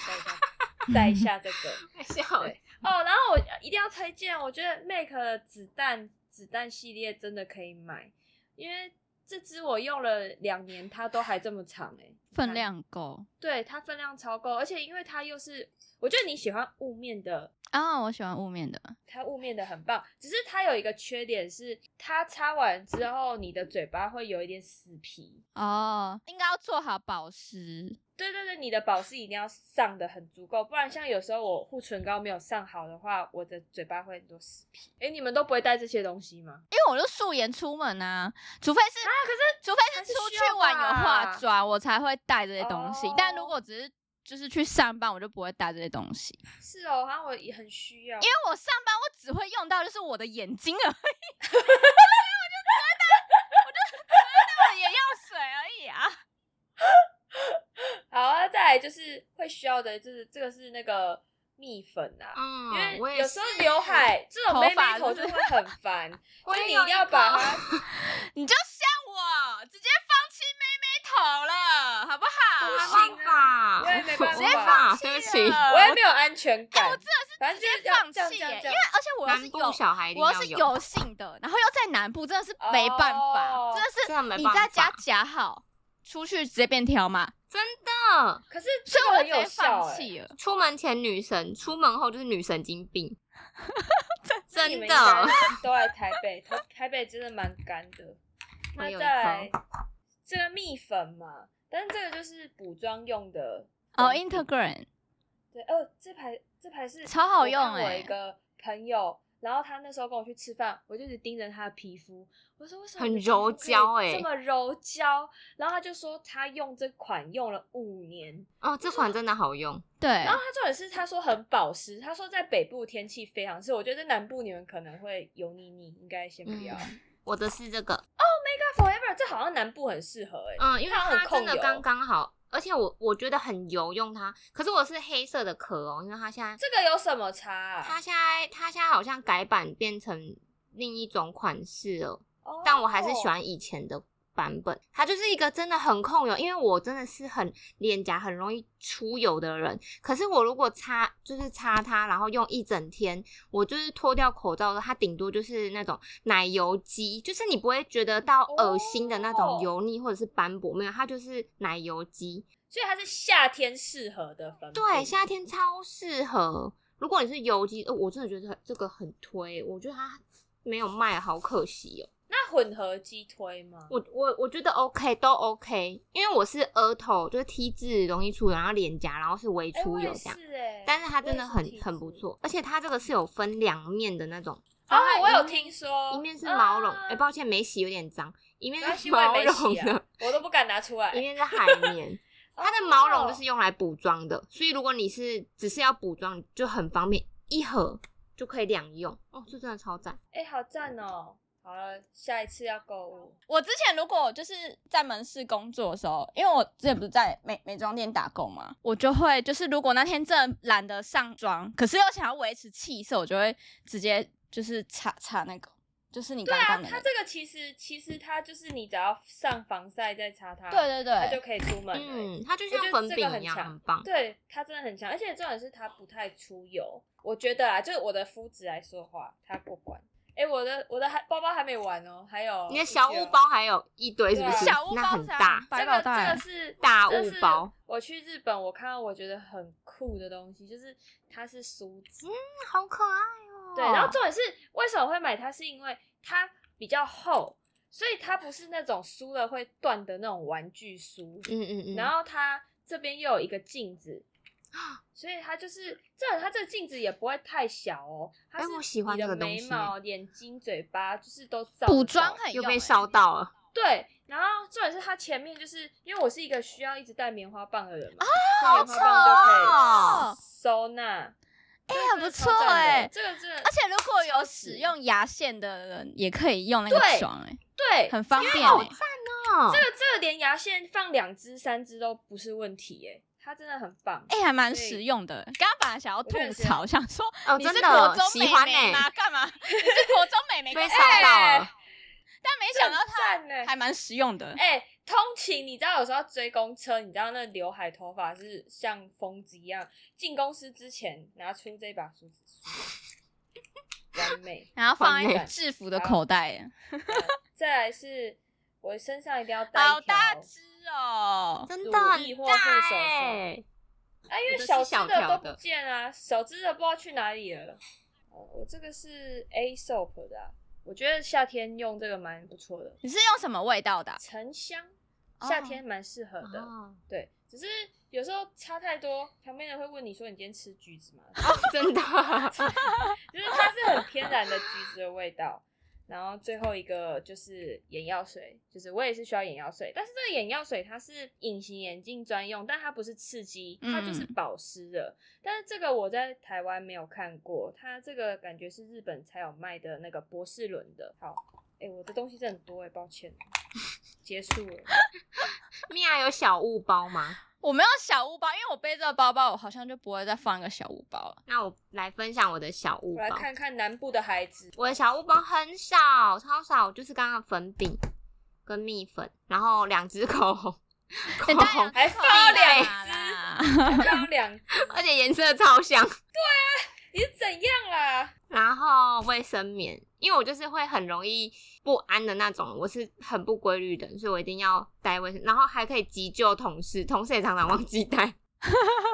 Speaker 2: 带 一下带一下这个
Speaker 3: 快笑死
Speaker 2: 对哦。然后我一定要推荐，我觉得 Make 的子弹子弹系列真的可以买，因为这支我用了两年，它都还这么长哎、
Speaker 1: 分量够
Speaker 2: 对它分量超够，而且因为它又是，我觉得你喜欢雾面的
Speaker 1: 啊、我喜欢雾面的，
Speaker 2: 它雾面的很棒，只是它有一个缺点是，它擦完之后你的嘴巴会有一点死皮。
Speaker 1: 哦，应该要做好保湿。
Speaker 2: 对对对，你的保湿一定要上的很足够，不然像有时候我护唇膏没有上好的话，我的嘴巴会很多死皮。哎，你们都不会带这些东西吗？
Speaker 1: 因为我就素颜出门啊，除非是啊，可是除非
Speaker 2: 还
Speaker 1: 是
Speaker 2: 是
Speaker 1: 出
Speaker 2: 需
Speaker 1: 去
Speaker 2: 要
Speaker 1: 玩有化
Speaker 2: 吧
Speaker 1: 妆，我才会带这些东西。但如
Speaker 2: 哦
Speaker 1: 果只是就是去上班，我就不会带这些东西，因
Speaker 2: 是哦，好像我也很需要。
Speaker 1: 为我上班我只会用到就是我的眼睛而已，所以我就只会带，我就只会带我的眼药水而已啊。
Speaker 2: 啊好，再来就是会需要的，就是这个是那个蜜粉啊，因
Speaker 3: 嗯，我
Speaker 2: 为
Speaker 3: 也
Speaker 2: 有
Speaker 3: 是
Speaker 2: 时候刘海这种妹
Speaker 1: 头发
Speaker 2: 妹头
Speaker 1: 就
Speaker 2: 就会很烦，
Speaker 3: 我
Speaker 2: 所
Speaker 3: 也
Speaker 2: 以你
Speaker 3: 有
Speaker 2: 一定要把
Speaker 3: 一
Speaker 2: 它
Speaker 1: 你就像我，直接放弃妹妹头了，好不
Speaker 3: 我
Speaker 1: 好？
Speaker 2: 不
Speaker 3: 没
Speaker 2: 行
Speaker 3: 办法，
Speaker 2: 啊因为没办
Speaker 3: 我
Speaker 2: 法
Speaker 3: 无法，对不起，
Speaker 1: 了
Speaker 2: 我也没有安全感，
Speaker 1: 我真的是
Speaker 2: 反
Speaker 1: 直
Speaker 2: 正
Speaker 1: 接
Speaker 2: 就是要
Speaker 1: 放
Speaker 2: 这样
Speaker 1: 弃
Speaker 2: 这
Speaker 1: 耶，
Speaker 2: 样
Speaker 1: 因
Speaker 2: 这
Speaker 1: 为
Speaker 2: 样
Speaker 1: 而且我又是
Speaker 3: 南部
Speaker 1: 有
Speaker 3: 小孩一定
Speaker 1: 我
Speaker 3: 要
Speaker 1: 是
Speaker 3: 有，
Speaker 1: 有性的，然后又在南部，真的是没办法，
Speaker 2: 哦
Speaker 1: 真
Speaker 3: 真的
Speaker 1: 的
Speaker 3: 没
Speaker 1: 是你
Speaker 3: 办
Speaker 1: 在家
Speaker 3: 法
Speaker 1: 夹好，出去直接变挑嘛，
Speaker 3: 真的，
Speaker 2: 可是这
Speaker 1: 所以我就
Speaker 2: 个很
Speaker 1: 直
Speaker 2: 有
Speaker 1: 接放
Speaker 2: 效哎、
Speaker 1: 弃了。
Speaker 3: 出门前女神，出门后就是女神经 病，
Speaker 2: 那你
Speaker 3: 真
Speaker 2: 们应 该
Speaker 3: 的，
Speaker 2: 都来台北，台台北真的蛮干的。
Speaker 3: 我
Speaker 2: 那
Speaker 3: 有一
Speaker 2: 再来
Speaker 3: 套
Speaker 2: 这个蜜粉嘛，但是这个就是补妆用的
Speaker 1: 哦、
Speaker 2: 粉
Speaker 1: i
Speaker 2: 底
Speaker 1: n t e g r a m
Speaker 2: 对，哦，这牌这牌是
Speaker 1: 超好
Speaker 2: 我
Speaker 1: 用
Speaker 2: 看我
Speaker 1: 欸
Speaker 2: 一个朋友，然后他那时候跟我去吃饭，我就一直盯着他的皮肤，我说为什么
Speaker 3: 很
Speaker 2: 你的皮
Speaker 3: 柔
Speaker 2: 肤可以
Speaker 3: 焦欸
Speaker 2: 这么柔焦？然后他就说他用这款用了五年，
Speaker 3: 哦，这款真的好用，
Speaker 1: 对
Speaker 2: 然，后哦他重点是他说很保湿，他说在北部天气非常湿，我觉得在南部你们可能会油腻腻，应该 先不
Speaker 3: 嗯
Speaker 2: 要。
Speaker 3: 我的是这个，
Speaker 2: 那 Forever 这好像南部很适合哎、
Speaker 3: 嗯，因为
Speaker 2: 它很
Speaker 3: 它
Speaker 2: 控
Speaker 3: 真的
Speaker 2: 油
Speaker 3: 刚刚好，而且我我觉得很油，用它，可是我是黑色的壳哦，因为它现在
Speaker 2: 这个有什么差、啊？
Speaker 3: 它现在它现在好像改版变成另一种款式哦了，但我还是喜
Speaker 2: 哦。
Speaker 3: 欢以前的版本。它就是一个真的很控油，因为我真的是很脸颊很容易出油的人。可是我如果擦就是擦它，然后用一整天，我就是脱掉口罩的，它顶多就是那种奶油肌，就是你不会觉得到恶心的那种
Speaker 2: 哦
Speaker 3: 油腻或者是斑驳，没有，它就是奶油肌。
Speaker 2: 所以它是夏天适合的粉饼。
Speaker 3: 对，夏天超适合。如果你是油肌，呃我真的觉得这个很推，我觉得它没有卖，好可惜哦。
Speaker 2: 那混合肌推吗？
Speaker 3: 我我我觉得 OK 都 OK，因为我是额头就是 T 字容易出油，然后脸颊，然后是微
Speaker 2: 哎
Speaker 3: 出
Speaker 2: 我
Speaker 3: 油
Speaker 2: 也
Speaker 3: 这样。
Speaker 2: 是哎
Speaker 3: 但是它真的
Speaker 2: 我也是
Speaker 3: 很
Speaker 2: 体
Speaker 3: 很不
Speaker 2: 质
Speaker 3: 错，而且它这个是有分两面的那种，
Speaker 2: 哦
Speaker 3: 然后它，
Speaker 2: 我有
Speaker 3: 一
Speaker 2: 听说，
Speaker 3: 一面是毛绒，哎、
Speaker 2: 啊
Speaker 3: 抱歉没洗有点脏，一
Speaker 2: 没
Speaker 3: 面
Speaker 2: 关
Speaker 3: 是
Speaker 2: 系，我也
Speaker 3: 毛
Speaker 2: 没
Speaker 3: 绒
Speaker 2: 洗
Speaker 3: 的，
Speaker 2: 啊，我都不敢拿出来。
Speaker 3: 一面是海绵。
Speaker 2: 哦
Speaker 3: 它的毛绒就是用来补妆的，所以如果你是只是要补妆，就很方便，一盒就可以两用。哦，这真的超赞！
Speaker 2: 哎，好赞哦！好了，下一次要购物。
Speaker 1: 我之前如果就是在门市工作的时候，因为我之前不是在美美妆店打工嘛，我就会就是如果那天真的懒得上妆，可是又想要维持气色，我就会直接就是擦擦那个，就是你
Speaker 2: 对
Speaker 1: 刚
Speaker 2: 啊，
Speaker 1: 刚的、那
Speaker 2: 它
Speaker 1: 个
Speaker 2: 这个其实其实它就是你只要上防晒再擦它，
Speaker 1: 对对
Speaker 2: 它
Speaker 1: 对，
Speaker 2: 就可以出门了。
Speaker 3: 嗯，它就
Speaker 2: 我觉
Speaker 3: 像
Speaker 2: 得
Speaker 3: 粉
Speaker 2: 这
Speaker 3: 饼
Speaker 2: 个很
Speaker 3: 一样，
Speaker 2: 强
Speaker 3: 很棒。
Speaker 2: 对，它真的很强，而且重点是它不太出油。我觉得啊，就是我的肤质来说话，它过关。哎，我的我的还包包还没完哦，还有
Speaker 3: 你的小物包还有一堆，是不是？
Speaker 2: 对
Speaker 1: 小屋
Speaker 3: 那
Speaker 1: 包
Speaker 3: 很
Speaker 1: 是啊
Speaker 3: 大，
Speaker 1: 百
Speaker 2: 这
Speaker 1: 宝
Speaker 2: 个
Speaker 1: 袋
Speaker 2: 这个是
Speaker 3: 大
Speaker 2: 这
Speaker 3: 雾
Speaker 2: 是
Speaker 3: 包
Speaker 2: 我去日本，我看到我觉得很酷的东西，就是它是梳子，
Speaker 3: 嗯好可爱哦。
Speaker 2: 对。然后重点是为什么会买它，是因为它比较厚，所以它不是那种梳了会断的那种玩具梳。
Speaker 3: 嗯嗯嗯，
Speaker 2: 然后它这边又有一个镜子，所以它就是这它这个镜子也不会太小哦。它
Speaker 3: 哎
Speaker 2: 是
Speaker 3: 我喜欢
Speaker 2: 你
Speaker 3: 这个
Speaker 2: 的
Speaker 3: 东
Speaker 2: 眉
Speaker 3: 西
Speaker 2: 毛、眼睛、嘴巴，就是都照
Speaker 1: 补
Speaker 2: 得
Speaker 1: 妆
Speaker 2: 到
Speaker 1: 很
Speaker 3: 又
Speaker 1: 用、
Speaker 3: 被
Speaker 1: 欸。
Speaker 3: 烧到了，
Speaker 2: 对，然后重点是它前面就是因为我是一个需要一直带棉花棒的人嘛，那
Speaker 3: 好
Speaker 2: 棉花棒就
Speaker 1: 哦
Speaker 2: 可以收纳，
Speaker 1: 哎
Speaker 2: 这个
Speaker 1: 很
Speaker 2: 真的
Speaker 1: 不
Speaker 2: 超
Speaker 1: 错
Speaker 2: 赞的
Speaker 1: 哎
Speaker 2: 这个 真的，
Speaker 1: 而且如果有
Speaker 2: 超
Speaker 1: 使
Speaker 2: 值
Speaker 1: 用牙线的人，也可以用那个
Speaker 2: 对
Speaker 1: 霜、欸，
Speaker 2: 对
Speaker 1: 很方
Speaker 2: 因为
Speaker 1: 便、
Speaker 2: 我
Speaker 1: 欸。
Speaker 3: 哦
Speaker 2: 这个这个连牙线放两支三支都不是问题哎，它真的很棒。
Speaker 1: 哎、还蛮
Speaker 2: 所以
Speaker 1: 实用的。刚刚本来想要
Speaker 2: 我也
Speaker 1: 吐
Speaker 2: 觉得
Speaker 1: 槽，想说
Speaker 3: 哦，
Speaker 1: 你是
Speaker 3: 真
Speaker 1: 国
Speaker 3: 的
Speaker 1: 中
Speaker 3: 喜
Speaker 1: 美
Speaker 3: 欢
Speaker 1: 眉
Speaker 3: 呢
Speaker 2: 欸
Speaker 1: 吗？，干嘛？你是国中美 眉？
Speaker 3: 被烧
Speaker 1: 哎
Speaker 3: 到了。
Speaker 1: 但没想到
Speaker 2: 很赞欸
Speaker 1: 它还蛮实 用的。
Speaker 2: 哎、通勤你知道有时候追公车，你知道那刘海头发是像疯子一样，进公司之前拿出这把梳子梳，完美。
Speaker 1: 然后放
Speaker 3: 完
Speaker 1: 在
Speaker 2: 美
Speaker 1: 制服的口袋耶，
Speaker 2: 再来是我身上一定要带
Speaker 1: 好
Speaker 2: 一
Speaker 1: 大
Speaker 2: 条，
Speaker 1: 只哦！
Speaker 3: 真的很
Speaker 2: 乳液或护手
Speaker 3: 大
Speaker 2: 霜
Speaker 3: 哎、
Speaker 2: 啊，因
Speaker 3: 我
Speaker 2: 为
Speaker 3: 的是
Speaker 2: 小只
Speaker 3: 小
Speaker 2: 的
Speaker 3: 条
Speaker 2: 都
Speaker 3: 的
Speaker 2: 不见啊，小只的不知道去哪里了。哦，我这个是 A soap 的啊、我觉得夏天用这个蛮不错的，
Speaker 1: 你是用什么味道的啊？
Speaker 2: 沉香，
Speaker 1: 哦
Speaker 2: 夏天蛮适合的。
Speaker 3: 哦，
Speaker 2: 对，只是有时候擦太多，旁边人会问你说你今天吃橘子吗？
Speaker 3: 真的，
Speaker 2: 就是它是很天然的橘子的味道。然后最后一个就是眼药水，就是我也是需要眼药水，但是这个眼药水它是隐形眼镜专用，但它不是刺激，它就是
Speaker 1: 嗯
Speaker 2: 保湿的。但是这个我在台湾没有看过，它这个感觉是日本才有卖的那个博士伦的。好，哎、我的东西真的很多哎、抱歉，结束了。
Speaker 3: 米娅有小物包吗？
Speaker 1: 我没有小物包，因为我背这个包包，我好像就不会再放一个小物包 了。
Speaker 3: 那我来分享我的小物
Speaker 2: 我来
Speaker 3: 包。
Speaker 2: 看看南部的孩子，
Speaker 3: 我的小物包很少，超少，就是刚刚的粉饼跟蜜粉，然后两支 口红，口
Speaker 1: 当然
Speaker 3: 红，
Speaker 2: 还发两
Speaker 1: 只，
Speaker 2: 刚两，
Speaker 3: 而且颜色超像。
Speaker 2: 你是怎样啦？
Speaker 3: 然后卫生棉，因为我就是会很容易不安的那种，我是很不规律的人，所以我一定要带卫生，然后还可以急救同事，同事也常常忘记带。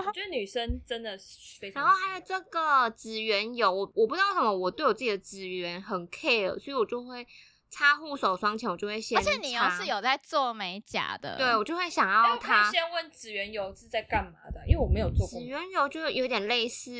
Speaker 2: 我觉得女生真的是非常
Speaker 3: 然后还有这个指缘油，我我不知道为什么，我对我自己的指缘很 care，所以我就会擦护手霜前，我就会先
Speaker 1: 而
Speaker 3: 擦，
Speaker 1: 且你又是有在做美甲的，
Speaker 3: 对我就会想
Speaker 2: 哎
Speaker 3: 要
Speaker 2: 我可以
Speaker 3: 它。
Speaker 2: 先问紫原油是在干嘛的，因为我没有做过
Speaker 3: 指。缘油就有点类似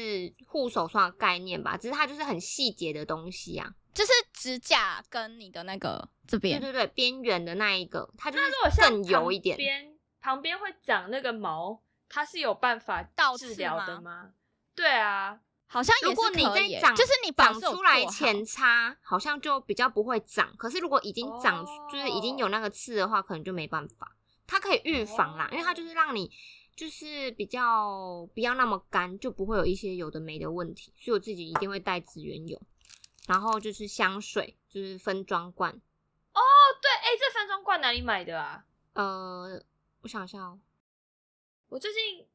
Speaker 3: 护手霜的概念吧，只是它就是很细节的东西啊。
Speaker 1: 就是指甲跟你的那个这
Speaker 3: 对
Speaker 1: 边，
Speaker 3: 对对，边缘的那一个，它就是
Speaker 2: 那如果像
Speaker 3: 更油一点
Speaker 2: 旁。边旁边会长那个毛，它是有办法
Speaker 1: 倒刺
Speaker 2: 治疗的
Speaker 1: 吗
Speaker 2: 吗？对啊，
Speaker 1: 好像也
Speaker 3: 如
Speaker 1: 是
Speaker 3: 果你
Speaker 1: 可以
Speaker 3: 在
Speaker 1: 耶
Speaker 3: 长，
Speaker 1: 就是你保
Speaker 3: 长
Speaker 1: 持有
Speaker 3: 出来
Speaker 1: 做好
Speaker 3: 前擦，好像就比较不会长。可是如果已经长，
Speaker 2: 哦
Speaker 3: 就是已经有那个刺的话，可能就没办法。它可以预防啦，
Speaker 2: 哦
Speaker 3: 因为它就是让你就是比较不要那么干，就不会有一些有的没的问题。所以我自己一定会带紫源油，然后就是香水，就是分装罐。
Speaker 2: 哦对，哎、这分装罐哪里买的啊？
Speaker 3: 呃，我想一下哦，
Speaker 2: 我最近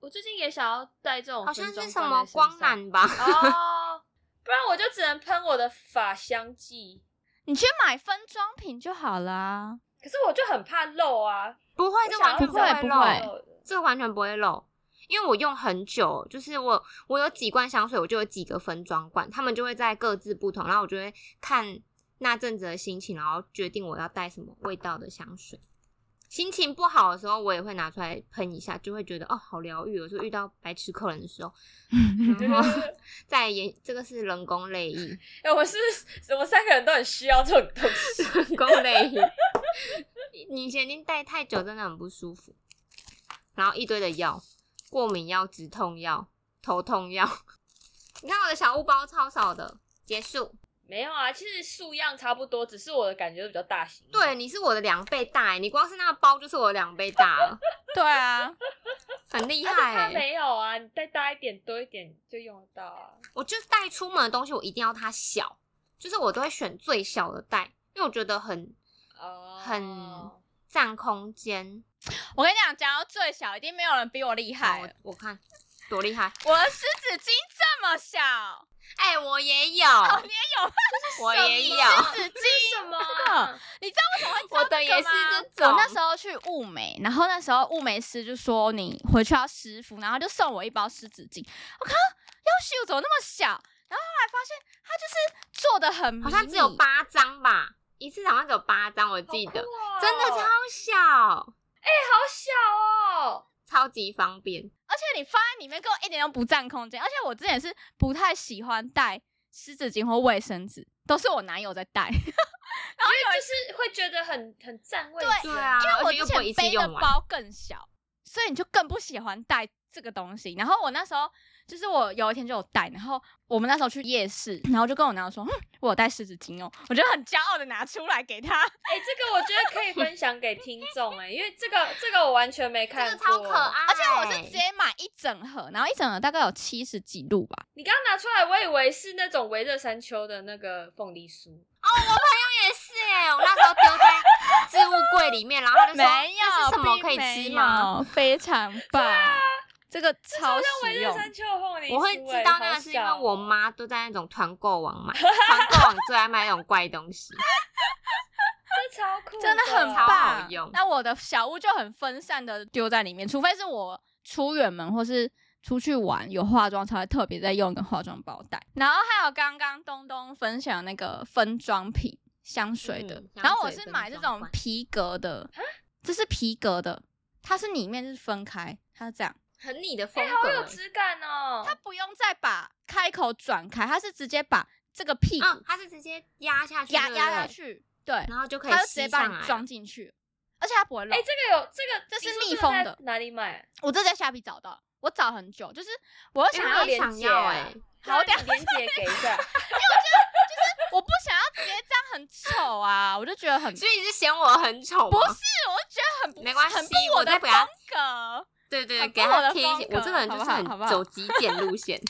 Speaker 2: 我最近也想要带这种
Speaker 3: 好
Speaker 2: 哦
Speaker 3: 像
Speaker 2: 分装
Speaker 3: 是
Speaker 2: 罐在身
Speaker 3: 什
Speaker 2: 上，
Speaker 3: 么光缆吧？
Speaker 2: 哦，不然我就只能喷我的法香剂。
Speaker 1: 你去买分装瓶就好啊啦。
Speaker 2: 可是我就很怕漏啊，
Speaker 3: 不会，这
Speaker 2: 我想
Speaker 3: 完
Speaker 2: 要
Speaker 3: 全
Speaker 1: 不
Speaker 2: 让
Speaker 1: 会
Speaker 2: 它
Speaker 1: 不
Speaker 2: 漏
Speaker 1: 会
Speaker 2: 漏的
Speaker 3: 这完全不会漏，因为我用很久，就是我我有几罐香水，我就有几个分装罐，他们就会在各自不同，然后我就会看那阵子的心情，然后决定我要带什么味道的香水。心情不好的时候，我也会拿出来喷一下，就会觉得哦，好疗愈哦。有时候遇到白痴客人的时候，然后 再研这个是人工泪液，
Speaker 2: 哎、我是我们三个人都很需要这种东西。
Speaker 3: 人工泪液，你眼睛戴太久真的很不舒服。然后一堆的药，过敏药、止痛药、头痛药。你看我的小物包超少的，结束。
Speaker 2: 没有啊，其实数样差不多，只是我的感觉比较大型。
Speaker 3: 对，，你是我的两倍大、欸，你光是那个包就是我的两倍大了，
Speaker 1: 对啊，
Speaker 3: 很 厉
Speaker 2: 但是
Speaker 3: 害、
Speaker 2: 它
Speaker 3: 欸。
Speaker 2: 没有啊，你再大一点、多一点就用得到啊。
Speaker 3: 我就带出门的东西，我一定要它小，就是我都会选最小的带，因为我觉得很
Speaker 2: 哦，
Speaker 3: 很占空间。
Speaker 1: 我跟你讲，讲到最小，一定没有人比我厉害欸
Speaker 3: 我
Speaker 1: 了。
Speaker 3: 我看多厉害，
Speaker 1: 我的湿纸巾这么小，
Speaker 3: 哎、我也有，
Speaker 1: 哦，你也有
Speaker 3: 我也有。
Speaker 1: 湿纸
Speaker 2: 什
Speaker 1: 巾？
Speaker 2: 么
Speaker 1: 啊
Speaker 2: 啊？
Speaker 1: 你知道为什么会知道
Speaker 3: 我的
Speaker 1: 这个
Speaker 3: 也是
Speaker 1: 吗
Speaker 3: 这种
Speaker 1: 我那时候去物美，然后那时候物美师就说你回去要湿敷，然后就送我一包湿纸巾。我靠，要秀怎么那么小？然后后来发现它就是做的很迷你
Speaker 3: 好像只有，八张吧，一次好像只有八张，我记得，
Speaker 2: 好酷哦
Speaker 3: 真的超小，
Speaker 2: 好小哦。
Speaker 3: 超级方便。
Speaker 1: 而且你放在里面根本一点都不占空间。而且我之前是不太喜欢带湿纸巾或卫生纸，都是我男友在带。
Speaker 2: 因为就是会觉得很很占位置，
Speaker 3: 对啊，，
Speaker 1: 因为我
Speaker 3: 而且
Speaker 1: 之
Speaker 3: 又不会一
Speaker 1: 前
Speaker 3: 次
Speaker 1: 背的
Speaker 3: 用完。
Speaker 1: 包更小，所以你就更不喜欢带这个东西。然后我那时候就是我有一天就有带，然后我们那时候去夜市，然后就跟我男友说，哼，我有带湿纸巾哦，我就很骄傲的拿出来给他。
Speaker 2: 哎、这个我觉得可以分享给听众哎、因为这个这个我完全没
Speaker 3: 这
Speaker 2: 看
Speaker 3: 个
Speaker 2: 过，
Speaker 3: 超可爱，
Speaker 1: 而且我是直接买一整盒，然后一整盒大概有七十几路吧。
Speaker 2: 你刚刚拿出来，我以为是那种围着山丘的那个凤梨酥，
Speaker 3: 我也是哎、我那时候丢在置物柜里面，然后他就说
Speaker 1: 没有，
Speaker 3: 那是什么
Speaker 1: 并
Speaker 3: 可以
Speaker 1: 没
Speaker 3: 吃吗？
Speaker 1: 有？非常棒，啊这个超
Speaker 2: 像
Speaker 1: 实
Speaker 2: 围着
Speaker 1: 用。
Speaker 2: 山丘的凤梨酥、哎哦
Speaker 3: 我会知道那个是因为我妈都在那种团购网 买，团购网最爱卖那种怪东西。
Speaker 2: 这超酷，
Speaker 1: 真的很
Speaker 3: 超
Speaker 1: 棒
Speaker 3: 好用。
Speaker 1: 那我的小物就很分散的丢在里面，除非是我出远门或是出去玩有化妆，才会特别再用一个化妆包袋。然后还有刚刚东东分享那个分装品香水的，
Speaker 3: 嗯香水
Speaker 1: 然后我是买这
Speaker 3: 分装
Speaker 1: 种
Speaker 3: 罐
Speaker 1: 皮革的，这是皮革的，它是里面是分开，它是这样，
Speaker 3: 很你的风
Speaker 2: 哎、
Speaker 3: 格
Speaker 2: 好
Speaker 3: 欸、
Speaker 2: 有质感哦，
Speaker 1: 它不用再把开口转开，它是直接把这个屁股
Speaker 3: 嗯，它是直接压下去，
Speaker 1: 压
Speaker 3: 对不
Speaker 1: 压下
Speaker 3: 对，
Speaker 1: 去，对，
Speaker 3: 然后就可以
Speaker 1: 它就直
Speaker 3: 吸
Speaker 1: 接把
Speaker 3: 上
Speaker 1: 你
Speaker 3: 来啊
Speaker 1: 装
Speaker 3: 了。
Speaker 1: 进去，而且它不会漏
Speaker 2: 哎、。这个有这个，
Speaker 1: 这是密
Speaker 2: 你说
Speaker 1: 封的
Speaker 2: 在哪里买？
Speaker 1: 我这在虾皮找到，我找很久，就是我又
Speaker 3: 哎
Speaker 1: 想
Speaker 3: 我
Speaker 1: 要
Speaker 3: 也
Speaker 1: 连
Speaker 3: 想
Speaker 2: 接
Speaker 3: 要
Speaker 2: 啊
Speaker 3: 哎、
Speaker 1: 好
Speaker 2: 那你连接给一下，
Speaker 1: 我不想要直接这样很丑啊，我就觉得很
Speaker 3: 所以你是嫌我很丑吗？
Speaker 1: 不是，我就觉得很不
Speaker 3: 没关系
Speaker 1: 很不我的
Speaker 3: 我再给
Speaker 1: 风
Speaker 3: 他
Speaker 1: 格。
Speaker 3: 对对对，
Speaker 1: 很
Speaker 3: 给
Speaker 1: 不我
Speaker 3: 他
Speaker 1: 的
Speaker 3: 贴一些
Speaker 1: 风。格
Speaker 3: 我这个人就是
Speaker 1: 好不好好不
Speaker 3: 很
Speaker 1: 好
Speaker 3: 走极简路 线，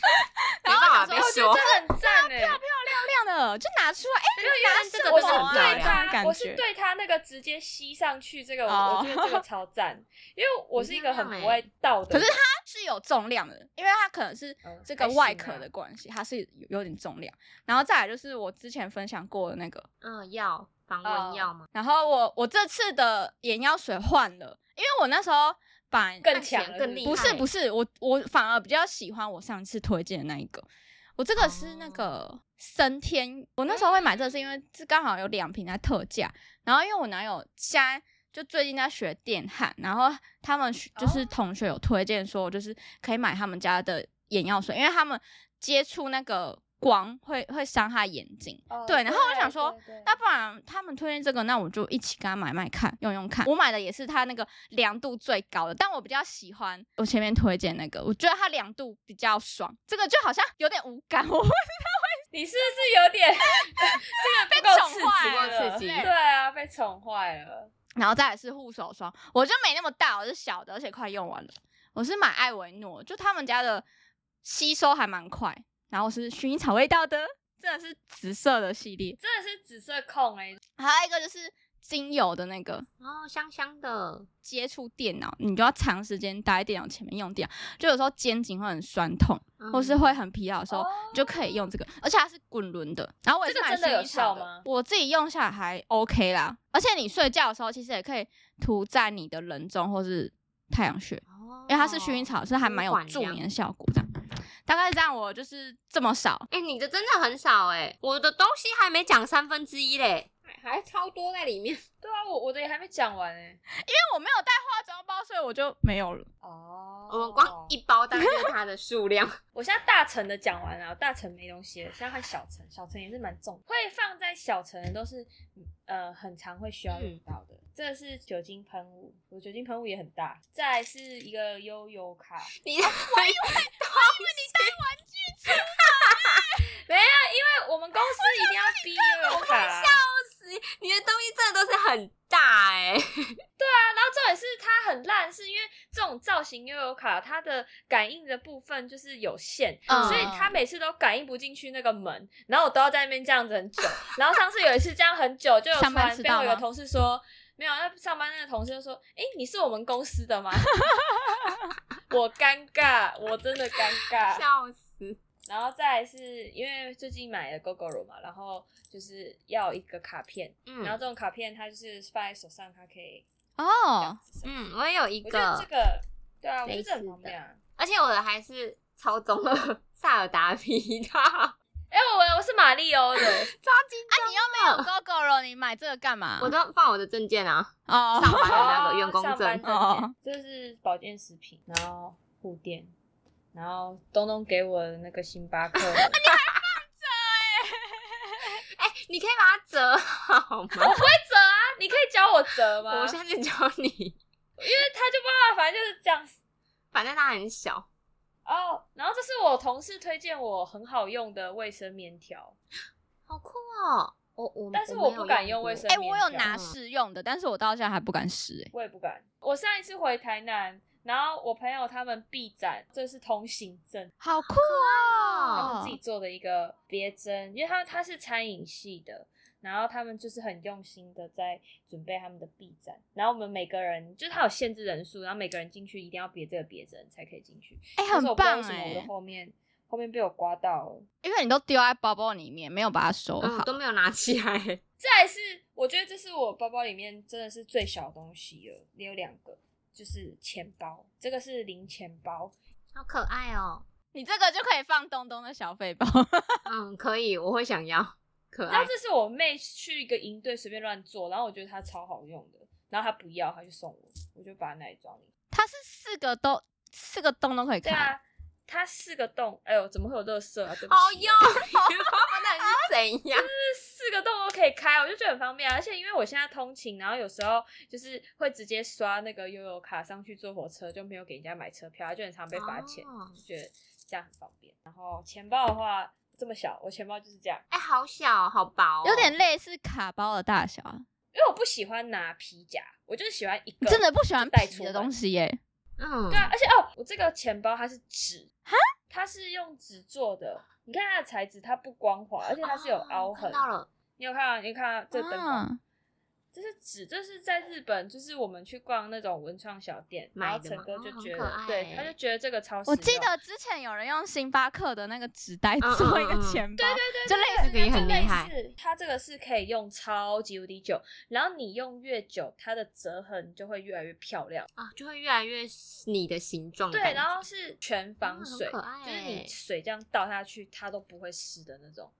Speaker 3: 没办法被
Speaker 2: 我觉
Speaker 3: 啊说
Speaker 2: 得。这很赞哎、
Speaker 1: 漂亮的就拿出来，哎、
Speaker 2: 对
Speaker 1: 拿
Speaker 3: 但
Speaker 1: 什
Speaker 3: 这个
Speaker 1: 么
Speaker 2: 我
Speaker 3: 真
Speaker 2: 是
Speaker 3: 的很漂
Speaker 1: 啊？
Speaker 2: 对
Speaker 1: 这种
Speaker 2: 他，
Speaker 1: 感
Speaker 2: 我是
Speaker 1: 觉。
Speaker 2: 对他那个直接吸上去这个，
Speaker 1: 哦
Speaker 2: 我我觉得这个超赞，因为我是一个很
Speaker 3: 很
Speaker 2: 不
Speaker 3: 漂亮欸
Speaker 2: 会倒
Speaker 1: 可
Speaker 2: 的。
Speaker 1: 是它是有重量的，因为它可能是
Speaker 2: 嗯
Speaker 1: 这个
Speaker 2: 还行啊
Speaker 1: 外壳的关系，它是有有点重量。然后再来就是我之前分享过的那个，
Speaker 3: 嗯，药防
Speaker 1: 哦
Speaker 3: 蚊药吗？
Speaker 1: 然后我我这次的眼药水换了，因为我那时候把
Speaker 2: 更强了
Speaker 3: 更
Speaker 2: 是不是
Speaker 3: 厉害
Speaker 1: 不是不是我我反而比较喜欢我上次推荐的那一个，我这个是那个升天，我那时候会买这个是因为这刚好有两瓶在特价，然后因为我男友现在就最近在学电焊，然后他们学就是同学有推荐说，我就是可以买他们家的眼药水，因为他们接触那个光会会伤害眼睛，
Speaker 2: 哦
Speaker 1: 对，然后我就想说。，
Speaker 2: 对对
Speaker 1: 那不然他们推荐这个，那我就一起跟他买买看，用用看。我买的也是它那个凉度最高的，但我比较喜欢我前面推荐那个，我觉得它凉度比较爽。这个就好像有点无感， 我会
Speaker 2: 你是不是有点这个不够刺
Speaker 1: 被宠坏了
Speaker 2: 激了？
Speaker 3: 不够刺激
Speaker 2: 对啊，被宠坏了。
Speaker 1: 然后再来是护手霜，我就没那么大，我是小的，而且快用完了。我是买艾维诺，就他们家的吸收还蛮快，然后是薰衣草味道的，真的是紫色的系列。
Speaker 2: 真的是紫色控哎、
Speaker 1: 还有一个就是精油的那个，
Speaker 3: 哦，香香的，
Speaker 1: 接触电脑，你就要长时间待在电脑前面用电脑，就有时候肩颈会很酸痛，
Speaker 3: 嗯
Speaker 1: 或是会很疲劳的时候，
Speaker 2: 哦
Speaker 1: 你就可以用这个，而且它是滚轮的。然后我也是
Speaker 2: 这个
Speaker 1: 买
Speaker 2: 真的
Speaker 1: 薰衣
Speaker 2: 有
Speaker 1: 草
Speaker 2: 效
Speaker 1: 的
Speaker 2: 吗
Speaker 1: 我自己用下来还 OK 啦，而且你睡觉的时候其实也可以涂在你的人中或是太阳穴，
Speaker 3: 哦
Speaker 1: 因为它是薰衣草，是还蛮有助眠的效果这样。大概是这样，我就是这么少，
Speaker 3: 哎、你的真的很少哎、我的东西还没讲三分之一嘞，
Speaker 1: 哎
Speaker 3: 还超多在里面。
Speaker 2: 对啊，我我的也还没讲完
Speaker 1: 因
Speaker 2: 哎、
Speaker 1: 为我没有带化妆包，所以我就没有了。
Speaker 2: 哦
Speaker 3: 我们光一包大概就是它的数 量。
Speaker 2: 我现在大成的讲完了，大成没东西了，现在看小成，小成也是蛮重，会放在小成的都是呃很常会需要用到的。这是酒精喷雾，我酒精喷雾也很大。再来是一个悠游卡，
Speaker 3: 你我以
Speaker 1: 哦
Speaker 3: 为我以为
Speaker 2: 没有，因为我们公司一定要逼悠游卡啊。
Speaker 3: 你带东西，你的东西真的都是很大哎、
Speaker 2: 啊然后重点是它很烂，是因为这种造型悠游卡它的感应的部分就是有限，
Speaker 3: 嗯
Speaker 2: 所以他每次都感应不进去那个门，然后我都要在那边这样子很 久。然后上次有一次这样很久，就有
Speaker 1: 上班
Speaker 2: 传
Speaker 1: 迟
Speaker 2: 被
Speaker 1: 到
Speaker 2: 我有个
Speaker 1: 吗
Speaker 2: 同事说。没有，那上班那个同事就说：“哎，你是我们公司的吗？” 我尴尬，我真的尴
Speaker 1: 啊
Speaker 2: 尬。
Speaker 3: 笑死！
Speaker 2: 然后再来是因为最近买了 GoGoRo 嘛，然后就是要一个卡片，
Speaker 3: 嗯
Speaker 2: 然后这种卡片它就是放在手上，它可以这
Speaker 1: 哦
Speaker 2: 样，子伸
Speaker 3: 嗯，我也有一
Speaker 2: 我觉得
Speaker 3: 个
Speaker 2: 这，个，对啊，我觉
Speaker 3: 类
Speaker 2: 得
Speaker 3: 似
Speaker 2: 这很方便啊。
Speaker 3: 而且我的还是超中二萨尔达皮 套，
Speaker 2: 哎、我我是马里欧 的，
Speaker 3: 超级
Speaker 1: 啊，你又没有 GoGo 了，你买这个干嘛？
Speaker 3: 我都放我的证件啊，
Speaker 1: 哦，
Speaker 3: 上班的那个员工
Speaker 2: 上班
Speaker 3: 证。
Speaker 2: 证
Speaker 1: 哦
Speaker 2: 件，这是保健食品，然后护垫，然后东东给我的那个星巴 克的，
Speaker 3: 哎、你可以把它折好 吗？
Speaker 2: 折啊，你可以教我折吗？
Speaker 3: 我下次教你。
Speaker 2: 因为他就不知道，反正就是这样子。
Speaker 3: 反正它很小，
Speaker 2: 哦，然后这是我同事推荐我很好用的卫生棉条，
Speaker 3: 好酷哦！我我
Speaker 2: 但是
Speaker 3: 我
Speaker 2: 我
Speaker 3: 没有
Speaker 2: 不敢用
Speaker 3: 过
Speaker 2: 卫生
Speaker 1: 哎、
Speaker 2: 棉
Speaker 1: 我有
Speaker 2: 条
Speaker 1: 拿试用的，但是我到现在还不敢试、哎，
Speaker 2: 我也不欸敢。我上一次回台南，然后我朋友他们臂展，这是通行证，
Speaker 1: 好酷
Speaker 2: 他
Speaker 1: 哦！
Speaker 2: 们自己做的一个别针，因为他他是餐饮系的，然后他们就是很用心的在准备他们的 B 站，然后我们每个人就是他有限制人数，然后每个人进去一定要别这个别针才可以进去。
Speaker 1: 哎、
Speaker 2: 但是
Speaker 1: 很
Speaker 2: 我不知道
Speaker 1: 棒
Speaker 2: 为什么我
Speaker 1: 哎、
Speaker 2: 的后面后面被我刮到了。
Speaker 1: 因为你都丢在包包里面，没有把它收
Speaker 3: 嗯，
Speaker 1: 好。
Speaker 3: 都没有拿起来。
Speaker 2: 再来是我觉得这是我包包里面真的是最小的东西了，也有两个。就是钱包，这个是零钱包，
Speaker 3: 好可爱哦。
Speaker 1: 你这个就可以放东东的小背包，
Speaker 3: 嗯，可以，我会想要。可
Speaker 2: 然
Speaker 3: 爱
Speaker 2: 后这是我妹去一个营队随便乱做，然后我觉得它超好用的，然后她不要，她就送我，我就把它那里装里。
Speaker 1: 它是四个都四个洞都可以
Speaker 2: 对
Speaker 1: 开。
Speaker 2: 啊，它四个洞，哎呦，怎么会有乐色啊？对不起，
Speaker 3: 好用，哦 那是怎样？
Speaker 2: 这四个洞都可以开，我就觉得很方便啊。而且因为我现在通勤，然后有时候就是会直接刷那个悠游卡上去坐火车，就没有给人家买车票，就很常被罚钱，
Speaker 3: 哦
Speaker 2: 就觉得这样很方便。然后钱包的话，这么小，我钱包就是这样，
Speaker 3: 哎、好小，好薄、哦
Speaker 1: 有点。类似卡包的大小啊。
Speaker 2: 因为我不喜欢拿皮夹，我就是喜欢一
Speaker 1: 你
Speaker 2: 个
Speaker 1: 真的不喜欢
Speaker 2: 带
Speaker 1: 皮
Speaker 2: 出
Speaker 1: 的
Speaker 2: 门
Speaker 1: 东西耶、
Speaker 3: 嗯，
Speaker 2: 对啊，而且哦，我这个钱包它是纸，它是用纸做的。你看它的材质，它不光滑，而且它是有
Speaker 3: 哦
Speaker 2: 凹
Speaker 3: 我
Speaker 2: 痕。
Speaker 3: 看到了，嗯
Speaker 2: 你有看到？你有看到这个灯光？
Speaker 1: 啊
Speaker 2: 这是纸，这是在日本，就是我们去逛那种文创小店，然
Speaker 3: 买
Speaker 2: 后
Speaker 3: 的
Speaker 2: 陈
Speaker 3: 吗
Speaker 2: 哥
Speaker 3: 哦
Speaker 2: 就
Speaker 3: 很
Speaker 2: 觉
Speaker 3: 可
Speaker 2: 得，对，
Speaker 3: 爱
Speaker 2: 他就觉得这个超实
Speaker 1: 我记
Speaker 2: 用
Speaker 1: 得之前有人用星巴克的那个纸袋
Speaker 3: 嗯
Speaker 1: 做一个
Speaker 3: 嗯嗯
Speaker 1: 钱包，
Speaker 2: 对对对，
Speaker 1: 就类似
Speaker 3: 这个也很厉害
Speaker 2: 就类似。它这个是可以用超级无敌久，然后你用越久，它的折痕就会越来越漂亮。
Speaker 3: 啊，就会越来越你的形状的
Speaker 2: 对，
Speaker 3: 感觉。哦
Speaker 2: 然后是全防水，
Speaker 3: 啊很可爱
Speaker 2: 就是你
Speaker 3: 欸
Speaker 2: 水这样倒下去，它都不会湿的那种。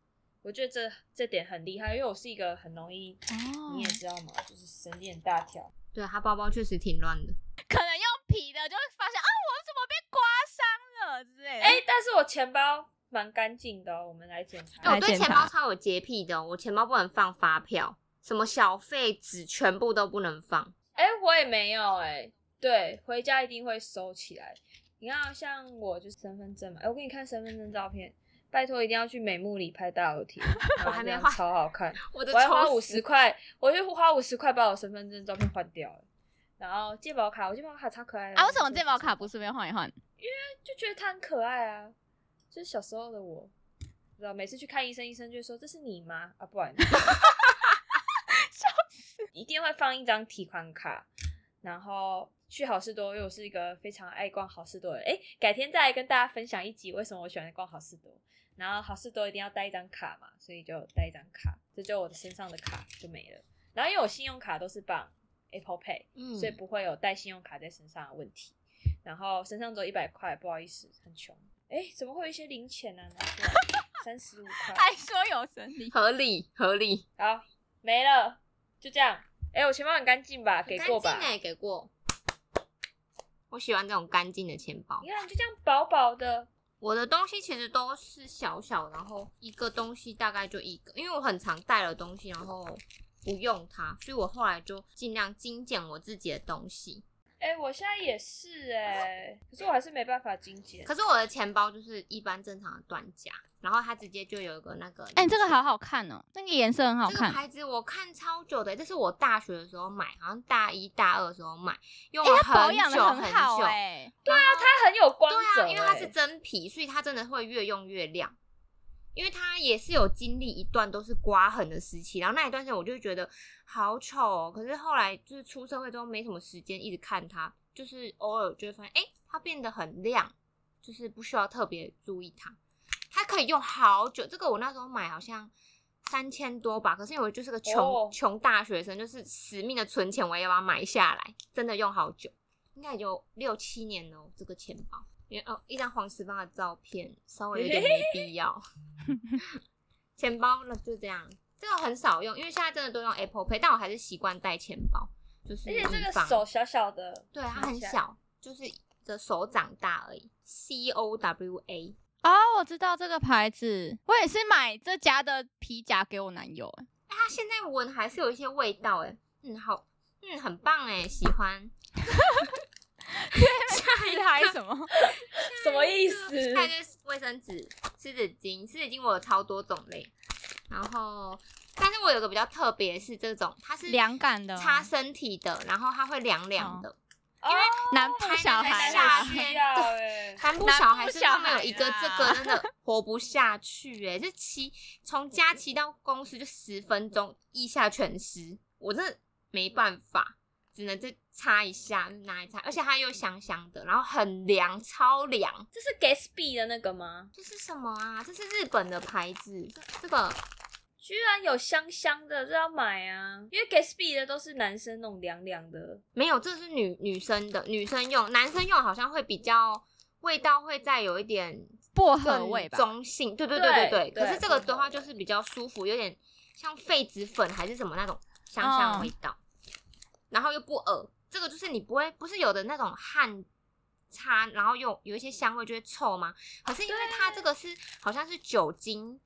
Speaker 2: 我觉得这这点很厉害，因为我是一个很容易，
Speaker 1: 哦
Speaker 2: 你也知道嘛，就是神经很大条。
Speaker 3: 对它包包确实挺乱的。
Speaker 1: 可能用皮的就会发现啊，我怎么被刮伤了之类的。
Speaker 2: 哎、但是我钱包蛮干净的、哦，我们来检
Speaker 3: 哎
Speaker 2: 查。
Speaker 1: 来
Speaker 3: 我对
Speaker 1: 检
Speaker 3: 钱
Speaker 1: 查
Speaker 3: 包超有洁癖的哦、我钱包不能放发票，什么小费纸全部都不能放。，
Speaker 2: 哎、我也没有哎、对，回家一定会收起来。你看，像我就是身份证嘛，哎、我给你看身份证照片，拜托一定要去美目里拍大头贴
Speaker 3: 我还没
Speaker 2: 然后
Speaker 3: 换
Speaker 2: 这样超好看。
Speaker 3: 我的
Speaker 2: 我还花
Speaker 3: 抽
Speaker 2: 五
Speaker 3: 死
Speaker 2: 十块，我就花五十块把我身份证照片换掉了。然后健保卡，我健保卡超可爱的
Speaker 1: 啊，为什么健保卡？
Speaker 2: 我
Speaker 1: 不顺便换一换？
Speaker 2: 就觉得它很可爱啊，就是小时候的我，不知道每次去看医生，医生就会说这是你吗？啊，不然，笑死！一定会放一张提款卡，然后去好事多，因为我是一个非常爱逛好事多的人。哎，改天再来跟大家分享一集为什么我喜欢逛好事多。然后好事多一定要带一张卡嘛，所以就带一张卡，这就我的身上的卡就没了。然后因为我信用卡都是绑 Apple Pay，
Speaker 3: 嗯
Speaker 2: 所以不会有带信用卡在身上的问题。然后身上只有一百块，不好意思，很穷。哎，怎么会有一些零钱呢、啊？拿出来，三十五块，
Speaker 1: 还说有神力，
Speaker 3: 合理合理，
Speaker 2: 好，没了，就这样。哎，我钱包很干净吧？给过吧
Speaker 3: 很干？净欸给过。我喜欢这种干净的钱包
Speaker 2: 你。看，就这样薄薄的，
Speaker 3: 我的东西其实都是小小，然后一个东西大概就一个，因为我很常带了东西，然后不用它，所以我后来就尽量精简我自己的东西。
Speaker 2: 哎、我现在也是哎、可是我还是没办法精简。
Speaker 3: 可是我的钱包就是一般正常的断夹，然后它直接就有一个那个，
Speaker 1: 哎、这个好好看哦，那个颜色很好
Speaker 3: 这个
Speaker 1: 看。
Speaker 3: 牌子我看超久的，这是我大学的时候买，好像大一大二的时候买，用了
Speaker 1: 哎它保
Speaker 3: 很
Speaker 1: 养的
Speaker 3: 久
Speaker 1: 很好
Speaker 3: 久。
Speaker 1: 哎、
Speaker 3: 对啊，它
Speaker 2: 它很有光泽、
Speaker 3: 对啊，因为它
Speaker 2: 哎
Speaker 3: 是真皮，所以它真的会越用越亮。因为它也是有经历一段都是刮痕的时期，然后那一段时间我就觉得好丑哦。可是后来就是出社会之后没什么时间一直看它，就是偶尔就会发现，哎、它变得很亮，就是不需要特别注意它。它可以用好久，这个我那时候买好像三千多吧，可是因为我就是个
Speaker 2: 哦
Speaker 3: 穷穷、大学生，就是死命的存钱，我也要把它买下来，真的用好久，应该有六七年了哦。这个钱包，因为哦，一张黄石方的照片，稍微有点没必要。钱包呢就这样，这个很少用，因为现在真的都用 Apple Pay，但我还是习惯带钱包，就是
Speaker 2: 而且这
Speaker 3: 以
Speaker 2: 个
Speaker 3: 防
Speaker 2: 手小小的，
Speaker 3: 对它很
Speaker 2: 拿起来，
Speaker 3: 小，就是一个手掌大而已。C O W A，
Speaker 1: 哦，我知道这个牌子，我也是买这家的皮夹给我男友、哎
Speaker 3: 哎，它现在闻还是有一些味道哎，嗯，好，嗯，很棒哎，喜欢。 下一
Speaker 1: 是
Speaker 3: 个
Speaker 1: 还是什么？
Speaker 2: 什么意思？
Speaker 3: 还有啊 就是卫生纸、湿纸巾，湿纸巾我有超多种类。然后，但是我有个比较特别是这种，它是
Speaker 1: 凉感的吗哦
Speaker 3: 擦身体的，然后它会凉凉的。
Speaker 2: 因为
Speaker 1: 南部小
Speaker 3: 还
Speaker 1: 孩
Speaker 3: 在
Speaker 1: 啦
Speaker 3: 夏
Speaker 2: 夏
Speaker 3: 天
Speaker 2: 天要哎、
Speaker 3: 南部
Speaker 1: 南
Speaker 3: 小
Speaker 1: 部
Speaker 3: 孩是
Speaker 1: 小
Speaker 3: 他们有
Speaker 1: 孩啊
Speaker 3: 一个这
Speaker 1: 啦
Speaker 3: 个真的活不下去哎、欸，这骑从家骑到公司就十分钟，腋下全湿，我真的没办法，只能再擦一下，拿一擦，而且它又香香的，然后很凉，超凉。
Speaker 2: 这是 Gatsby 的那个吗？
Speaker 3: 这是什么啊？这是日本的牌子，这这个
Speaker 2: 居然有香香的，这要买啊！因为 Gatsby 的都是男生那种凉凉的，
Speaker 3: 没有，这是女女生的，女生用，男生用好像会比较味道会再有一点
Speaker 2: 哦
Speaker 1: 薄荷
Speaker 3: 更
Speaker 1: 味吧？
Speaker 3: 中性，对对对对
Speaker 2: 对
Speaker 3: 对。可是
Speaker 2: 对
Speaker 3: 这个的话就是比较舒服，有点像痱子粉还是什么那种香
Speaker 2: 嗯
Speaker 3: 香的味道，然后又不恶。这个就是你不会，不是有的那种汗擦，然后又有一些香味就会臭吗？可是因为它这个是好像是酒精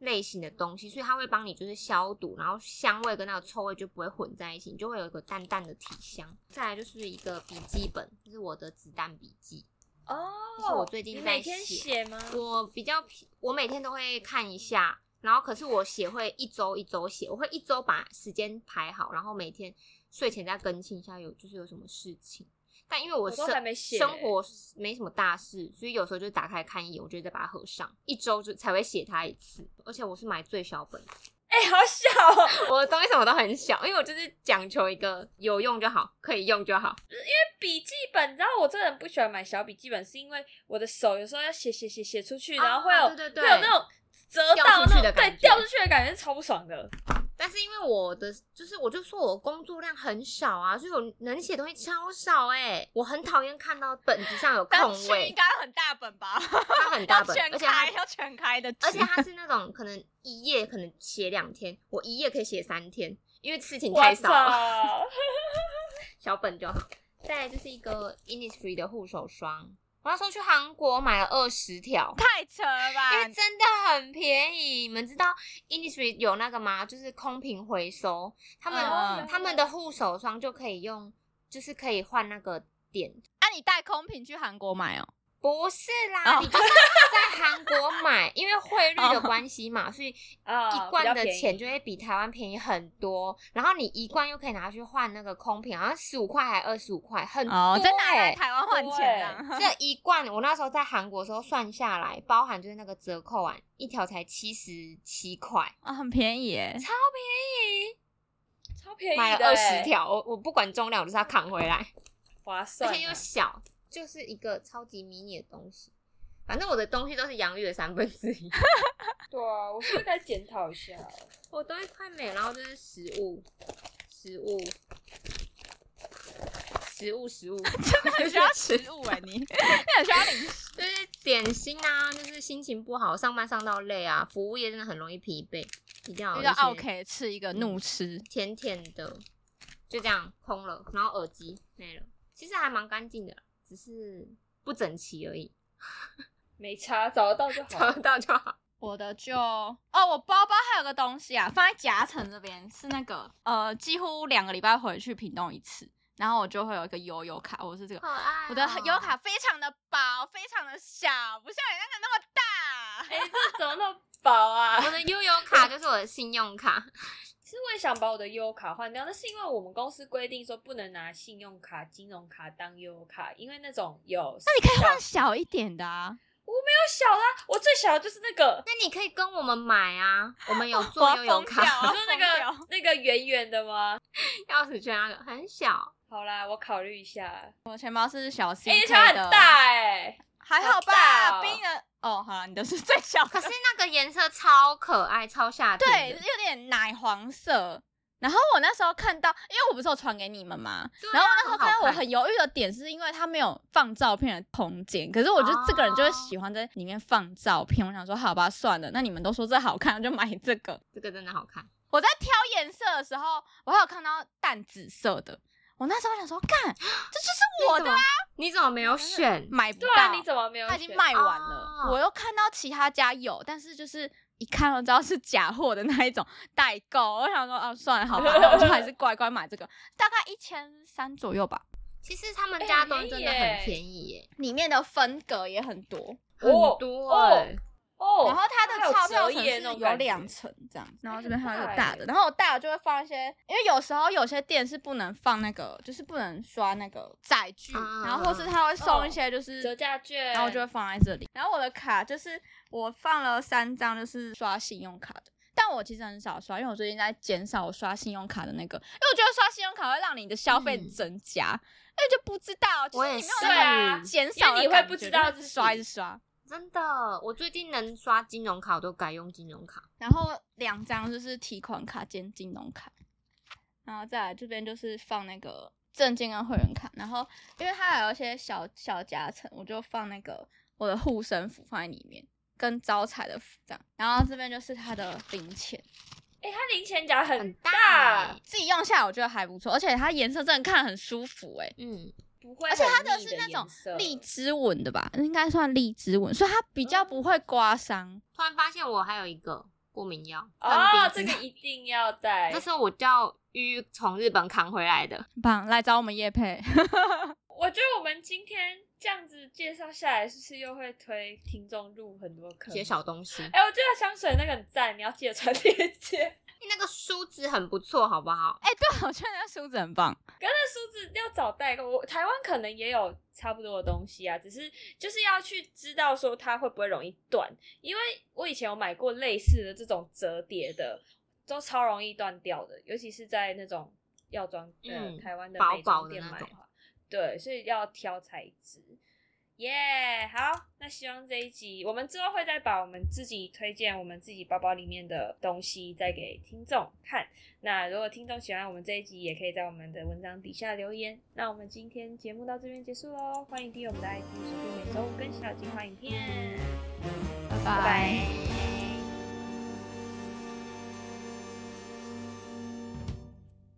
Speaker 3: 类型的东西，所以它会帮你就是消毒，然后香味跟那个臭味就不会混在一起，你就会有一个淡淡的体香。再来就是一个笔记本，这是我的子弹笔记。
Speaker 2: 哦，
Speaker 3: 这是我最近
Speaker 2: 你
Speaker 3: 在
Speaker 2: 每天写吗？
Speaker 3: 我比较皮，我每天都会看一下，然后可是我写会一周一周写，我会一周把时间排好，然后每天睡前再更新一下有就是有什么事情。但因为我
Speaker 2: 我都
Speaker 3: 生
Speaker 2: 还没写
Speaker 3: 生活没什么大事，所以有时候就打开看一眼，我就再把它合上，一周就才会写它一次。而且我是买最小本的，
Speaker 2: 哎、好小、哦，
Speaker 3: 我的东西什么都很小，因为我就是讲求一个有用就好，可以用就好。
Speaker 2: 笔记本，你知道我这个人不喜欢买小笔记本，是因为我的手有时候要写写写写出去，然后会有、
Speaker 3: 啊对对对
Speaker 2: 会有那种折
Speaker 3: 掉
Speaker 2: 到
Speaker 3: 出去
Speaker 2: 那
Speaker 3: 的
Speaker 2: 种
Speaker 3: 感
Speaker 2: 对
Speaker 3: 觉
Speaker 2: 掉出去的感觉，是超不爽的。
Speaker 3: 但是因为我的就是，我就说我工作量很少啊，所以我能写东西超少哎、我很讨厌看到本子上有
Speaker 1: 但
Speaker 3: 空
Speaker 1: 是
Speaker 3: 位
Speaker 1: 应，该很大本吧？
Speaker 3: 它很大本
Speaker 1: 要，
Speaker 3: 而
Speaker 1: 全
Speaker 3: 且
Speaker 1: 开，
Speaker 3: 它
Speaker 1: 要全开的纸，
Speaker 3: 而且它是那种可能一页可能写两天，我一页可以写三天，因为事情
Speaker 2: 我
Speaker 3: 太少了，
Speaker 2: 操！
Speaker 3: 小本就好。再来就是一个 Innisfree 的护手霜，我那时候去韩国买了二十条，
Speaker 1: 太扯了
Speaker 3: 因
Speaker 1: 吧
Speaker 3: 为？真的很便宜。你们知道 Innisfree 有那个吗？就是空瓶回收，他们、
Speaker 1: 嗯
Speaker 3: 他们的护手霜就可以用，就是可以换那个点。
Speaker 1: 啊，你带空瓶去韩国买哦？
Speaker 3: 不是啦
Speaker 1: 哦
Speaker 3: 你就是在韩国买，因为汇率的关系嘛，所以
Speaker 1: 哦
Speaker 2: 啊
Speaker 3: 一罐的钱
Speaker 2: 钱
Speaker 3: 就会比台湾便宜很多。然后你一罐又可以拿去换那个空瓶，好像十五块还二十五块，很多、欸。
Speaker 1: 哦，再拿来台湾换钱啊？
Speaker 3: 这一罐我那时候在韩国的时候算下来，包含就是那个折扣啊，一条才七十七块，
Speaker 1: 啊，很便宜耶！
Speaker 3: 超便宜，
Speaker 2: 超便宜的、欸
Speaker 3: 买了二十，条，我我不管重量，我就是要扛回来，
Speaker 2: 划算、
Speaker 3: 而
Speaker 2: 啊。
Speaker 3: 且又小，就是一个超级迷你的东西。反正我的东西都是洋芋的三分之一，
Speaker 2: 对啊，我是不是该检讨一下？
Speaker 3: 我东西快没了，然后就是食物，食物，食物，食物，
Speaker 1: 很需要食物哎， 你那很需要零食。
Speaker 3: 就是点心啊，就是心情不好，上班上到累啊，服务业真的很容易疲惫，一定要有
Speaker 1: 遇
Speaker 3: 一
Speaker 1: 到
Speaker 3: 些
Speaker 1: OK 吃一个怒吃，
Speaker 3: 甜甜的，就这样空了，然后耳机没了，其实还蛮干净的啦，只是不整齐而已，
Speaker 2: 没差，找得到就 好
Speaker 3: 找。得到就好。
Speaker 1: 我的就哦，我包包还有个东西啊，放在夹层这边是那个呃，几乎两个礼拜回去屏东一次，然后我就会有一个悠游卡，我是这个，
Speaker 3: 爱哦
Speaker 1: 我的悠游卡非常的薄，非常的小，不像你那个那么大。
Speaker 2: 哎、这怎么那么 薄啊？
Speaker 3: 我的悠游卡就是我的信用卡，
Speaker 2: 其实我也想把我的优卡换掉，但是因为我们公司规定说不能拿信用卡、金融卡当优卡，因为那种有那
Speaker 1: 你可以换小一点的啊，
Speaker 2: 小啦、我最小的就是那 个，
Speaker 3: 那你可以跟我们买啊，我们有
Speaker 1: 我
Speaker 3: 做
Speaker 1: 要
Speaker 3: 悠游
Speaker 1: 疯掉
Speaker 3: 卡，
Speaker 1: 啊
Speaker 2: 就是那
Speaker 1: 疯
Speaker 2: 个那个圆圆的吗？
Speaker 3: 钥匙圈那个很小，
Speaker 2: 好啦，我考虑一下。
Speaker 1: 我钱包是小 C
Speaker 2: 哎、
Speaker 1: K
Speaker 2: 小很
Speaker 1: 的，
Speaker 2: 大哎、
Speaker 1: 还好
Speaker 2: 好大
Speaker 1: 吧？
Speaker 2: 哦
Speaker 1: 冰人哦，好啦，你的是最小的，
Speaker 3: 可是那个颜色超可爱，超夏
Speaker 1: 对，
Speaker 3: 天的。
Speaker 1: 有点奶黄色。然后我那时候看到，因为我不是有传给你们吗？
Speaker 3: 对啊
Speaker 1: 然后我那时候看到我
Speaker 3: 很好看
Speaker 1: 很犹豫的点，是因为它没有放照片的空间。可是我觉得这个人就是喜欢在里面放照片。我想说，好吧，算了，那你们都说这好看，我就买这个。
Speaker 3: 这个真的好看，
Speaker 1: 我在挑颜色的时候，我还有看到淡紫色的。我那时候想说，干，这就是我
Speaker 3: 你
Speaker 1: 的
Speaker 3: 怎
Speaker 1: 啊嗯
Speaker 3: 么，你怎么没有选？
Speaker 1: 买不
Speaker 2: 对
Speaker 1: 到。
Speaker 2: 啊，你怎么没有选？
Speaker 1: 它已经卖完了。
Speaker 3: 哦
Speaker 1: 我又看到其他家有，但是就是一看就知道是假货的那一种代购。我想说，啊，算了，好吧，那我就还是乖乖买这个，大概一千三左右吧。
Speaker 3: 其实他们
Speaker 2: 哎
Speaker 3: 家
Speaker 2: 很
Speaker 3: 都
Speaker 2: 便宜
Speaker 3: 真的很
Speaker 2: 耶
Speaker 3: 便宜耶，
Speaker 1: 里面的风格也很多，
Speaker 3: 很
Speaker 2: 哦
Speaker 3: 多
Speaker 2: 哦
Speaker 3: 哎。
Speaker 2: 哦，
Speaker 1: 然后它的
Speaker 2: 还
Speaker 1: 超跳
Speaker 2: 有折
Speaker 1: 层
Speaker 2: 页
Speaker 1: 是
Speaker 2: 那种
Speaker 1: 有
Speaker 2: 感觉
Speaker 1: 两层这样，然后这边还有一
Speaker 2: 很
Speaker 1: 个
Speaker 2: 大
Speaker 1: 大
Speaker 2: 欸
Speaker 1: 的，然后我大的就会放一些，因为有时候有些店是不能放那个，就是不能刷那个载具，
Speaker 3: 啊
Speaker 1: 然后或是他会送一些就是
Speaker 2: 折价券，
Speaker 1: 然后我就会放在这里。然后我的卡就是我放了三张，就是刷信用卡的。但我其实很少刷，因为我最近在减少我刷信用卡的那个，因为我觉得刷信用卡会让你的消费
Speaker 3: 嗯
Speaker 1: 增加，因为就不知道，就
Speaker 3: 我
Speaker 1: 是
Speaker 3: 也
Speaker 1: 你没
Speaker 3: 是
Speaker 1: 有
Speaker 2: 对
Speaker 1: 那
Speaker 2: 啊
Speaker 1: 个减少的
Speaker 2: 因为你会
Speaker 1: 感觉
Speaker 2: 不知道
Speaker 1: 就是
Speaker 2: 自己
Speaker 1: 刷一直刷。
Speaker 3: 真的，我最近能刷金融卡，我都改用金融卡。
Speaker 1: 然后两张就是提款卡兼金融卡，然后再来这边就是放那个证件跟会员卡，然后因为它还有一些小小夹层，我就放那个我的护身符放在里面，跟招财的符这样，然后这边就是它的零钱，
Speaker 2: 哎、它零钱夹很
Speaker 3: 很
Speaker 2: 大，
Speaker 3: 欸
Speaker 1: 自己用下来我觉得还不错，而且它颜色真的看很舒服诶、
Speaker 3: 嗯，
Speaker 2: 不会
Speaker 1: 而
Speaker 2: 很
Speaker 1: 且
Speaker 2: 腻
Speaker 1: 它
Speaker 2: 的
Speaker 1: 的是那种
Speaker 2: 颜色
Speaker 1: 荔枝纹的吧，应该算荔枝纹，所以它比较不会刮伤。
Speaker 3: 突然发现我还有一个过敏药，
Speaker 2: 哦，这
Speaker 3: 跟鼻
Speaker 2: 个
Speaker 3: 子
Speaker 2: 一定要带。
Speaker 3: 这是我叫鱼从日本扛回来的。
Speaker 1: 很棒，来找我们叶佩。
Speaker 2: 我觉得我们今天这样子介绍下来，是不是又会推听众入很多坑？
Speaker 3: 些小东西。
Speaker 2: 哎、我觉得香水那个很赞，你要记得传链接。
Speaker 3: 那个梳子很不错，好不好？
Speaker 1: 哎、对，我觉得那梳子很棒。
Speaker 2: 可是那梳子要找代购，我台湾可能也有差不多的东西啊，只是就是要去知道说它会不会容易断，因为我以前有买过类似的这种折叠的，都超容易断掉的，尤其是在那种药妆呃、
Speaker 3: 嗯
Speaker 2: 台湾的
Speaker 3: 薄
Speaker 2: 美妆
Speaker 3: 薄的
Speaker 2: 店
Speaker 3: 那
Speaker 2: 买
Speaker 3: 种
Speaker 2: 话，对，所以要挑材质。耶、好，那希望这一集我们之后会再把我们自己推荐我们自己包包里面的东西再给听众看。那如果听众喜欢我们这一集，也可以在我们的文章底下留言。那我们今天节目到这边结束喽，欢迎订阅我们的 IG，锁定每周五更新的精华影片，
Speaker 1: 拜拜
Speaker 2: 拜拜。
Speaker 3: 哎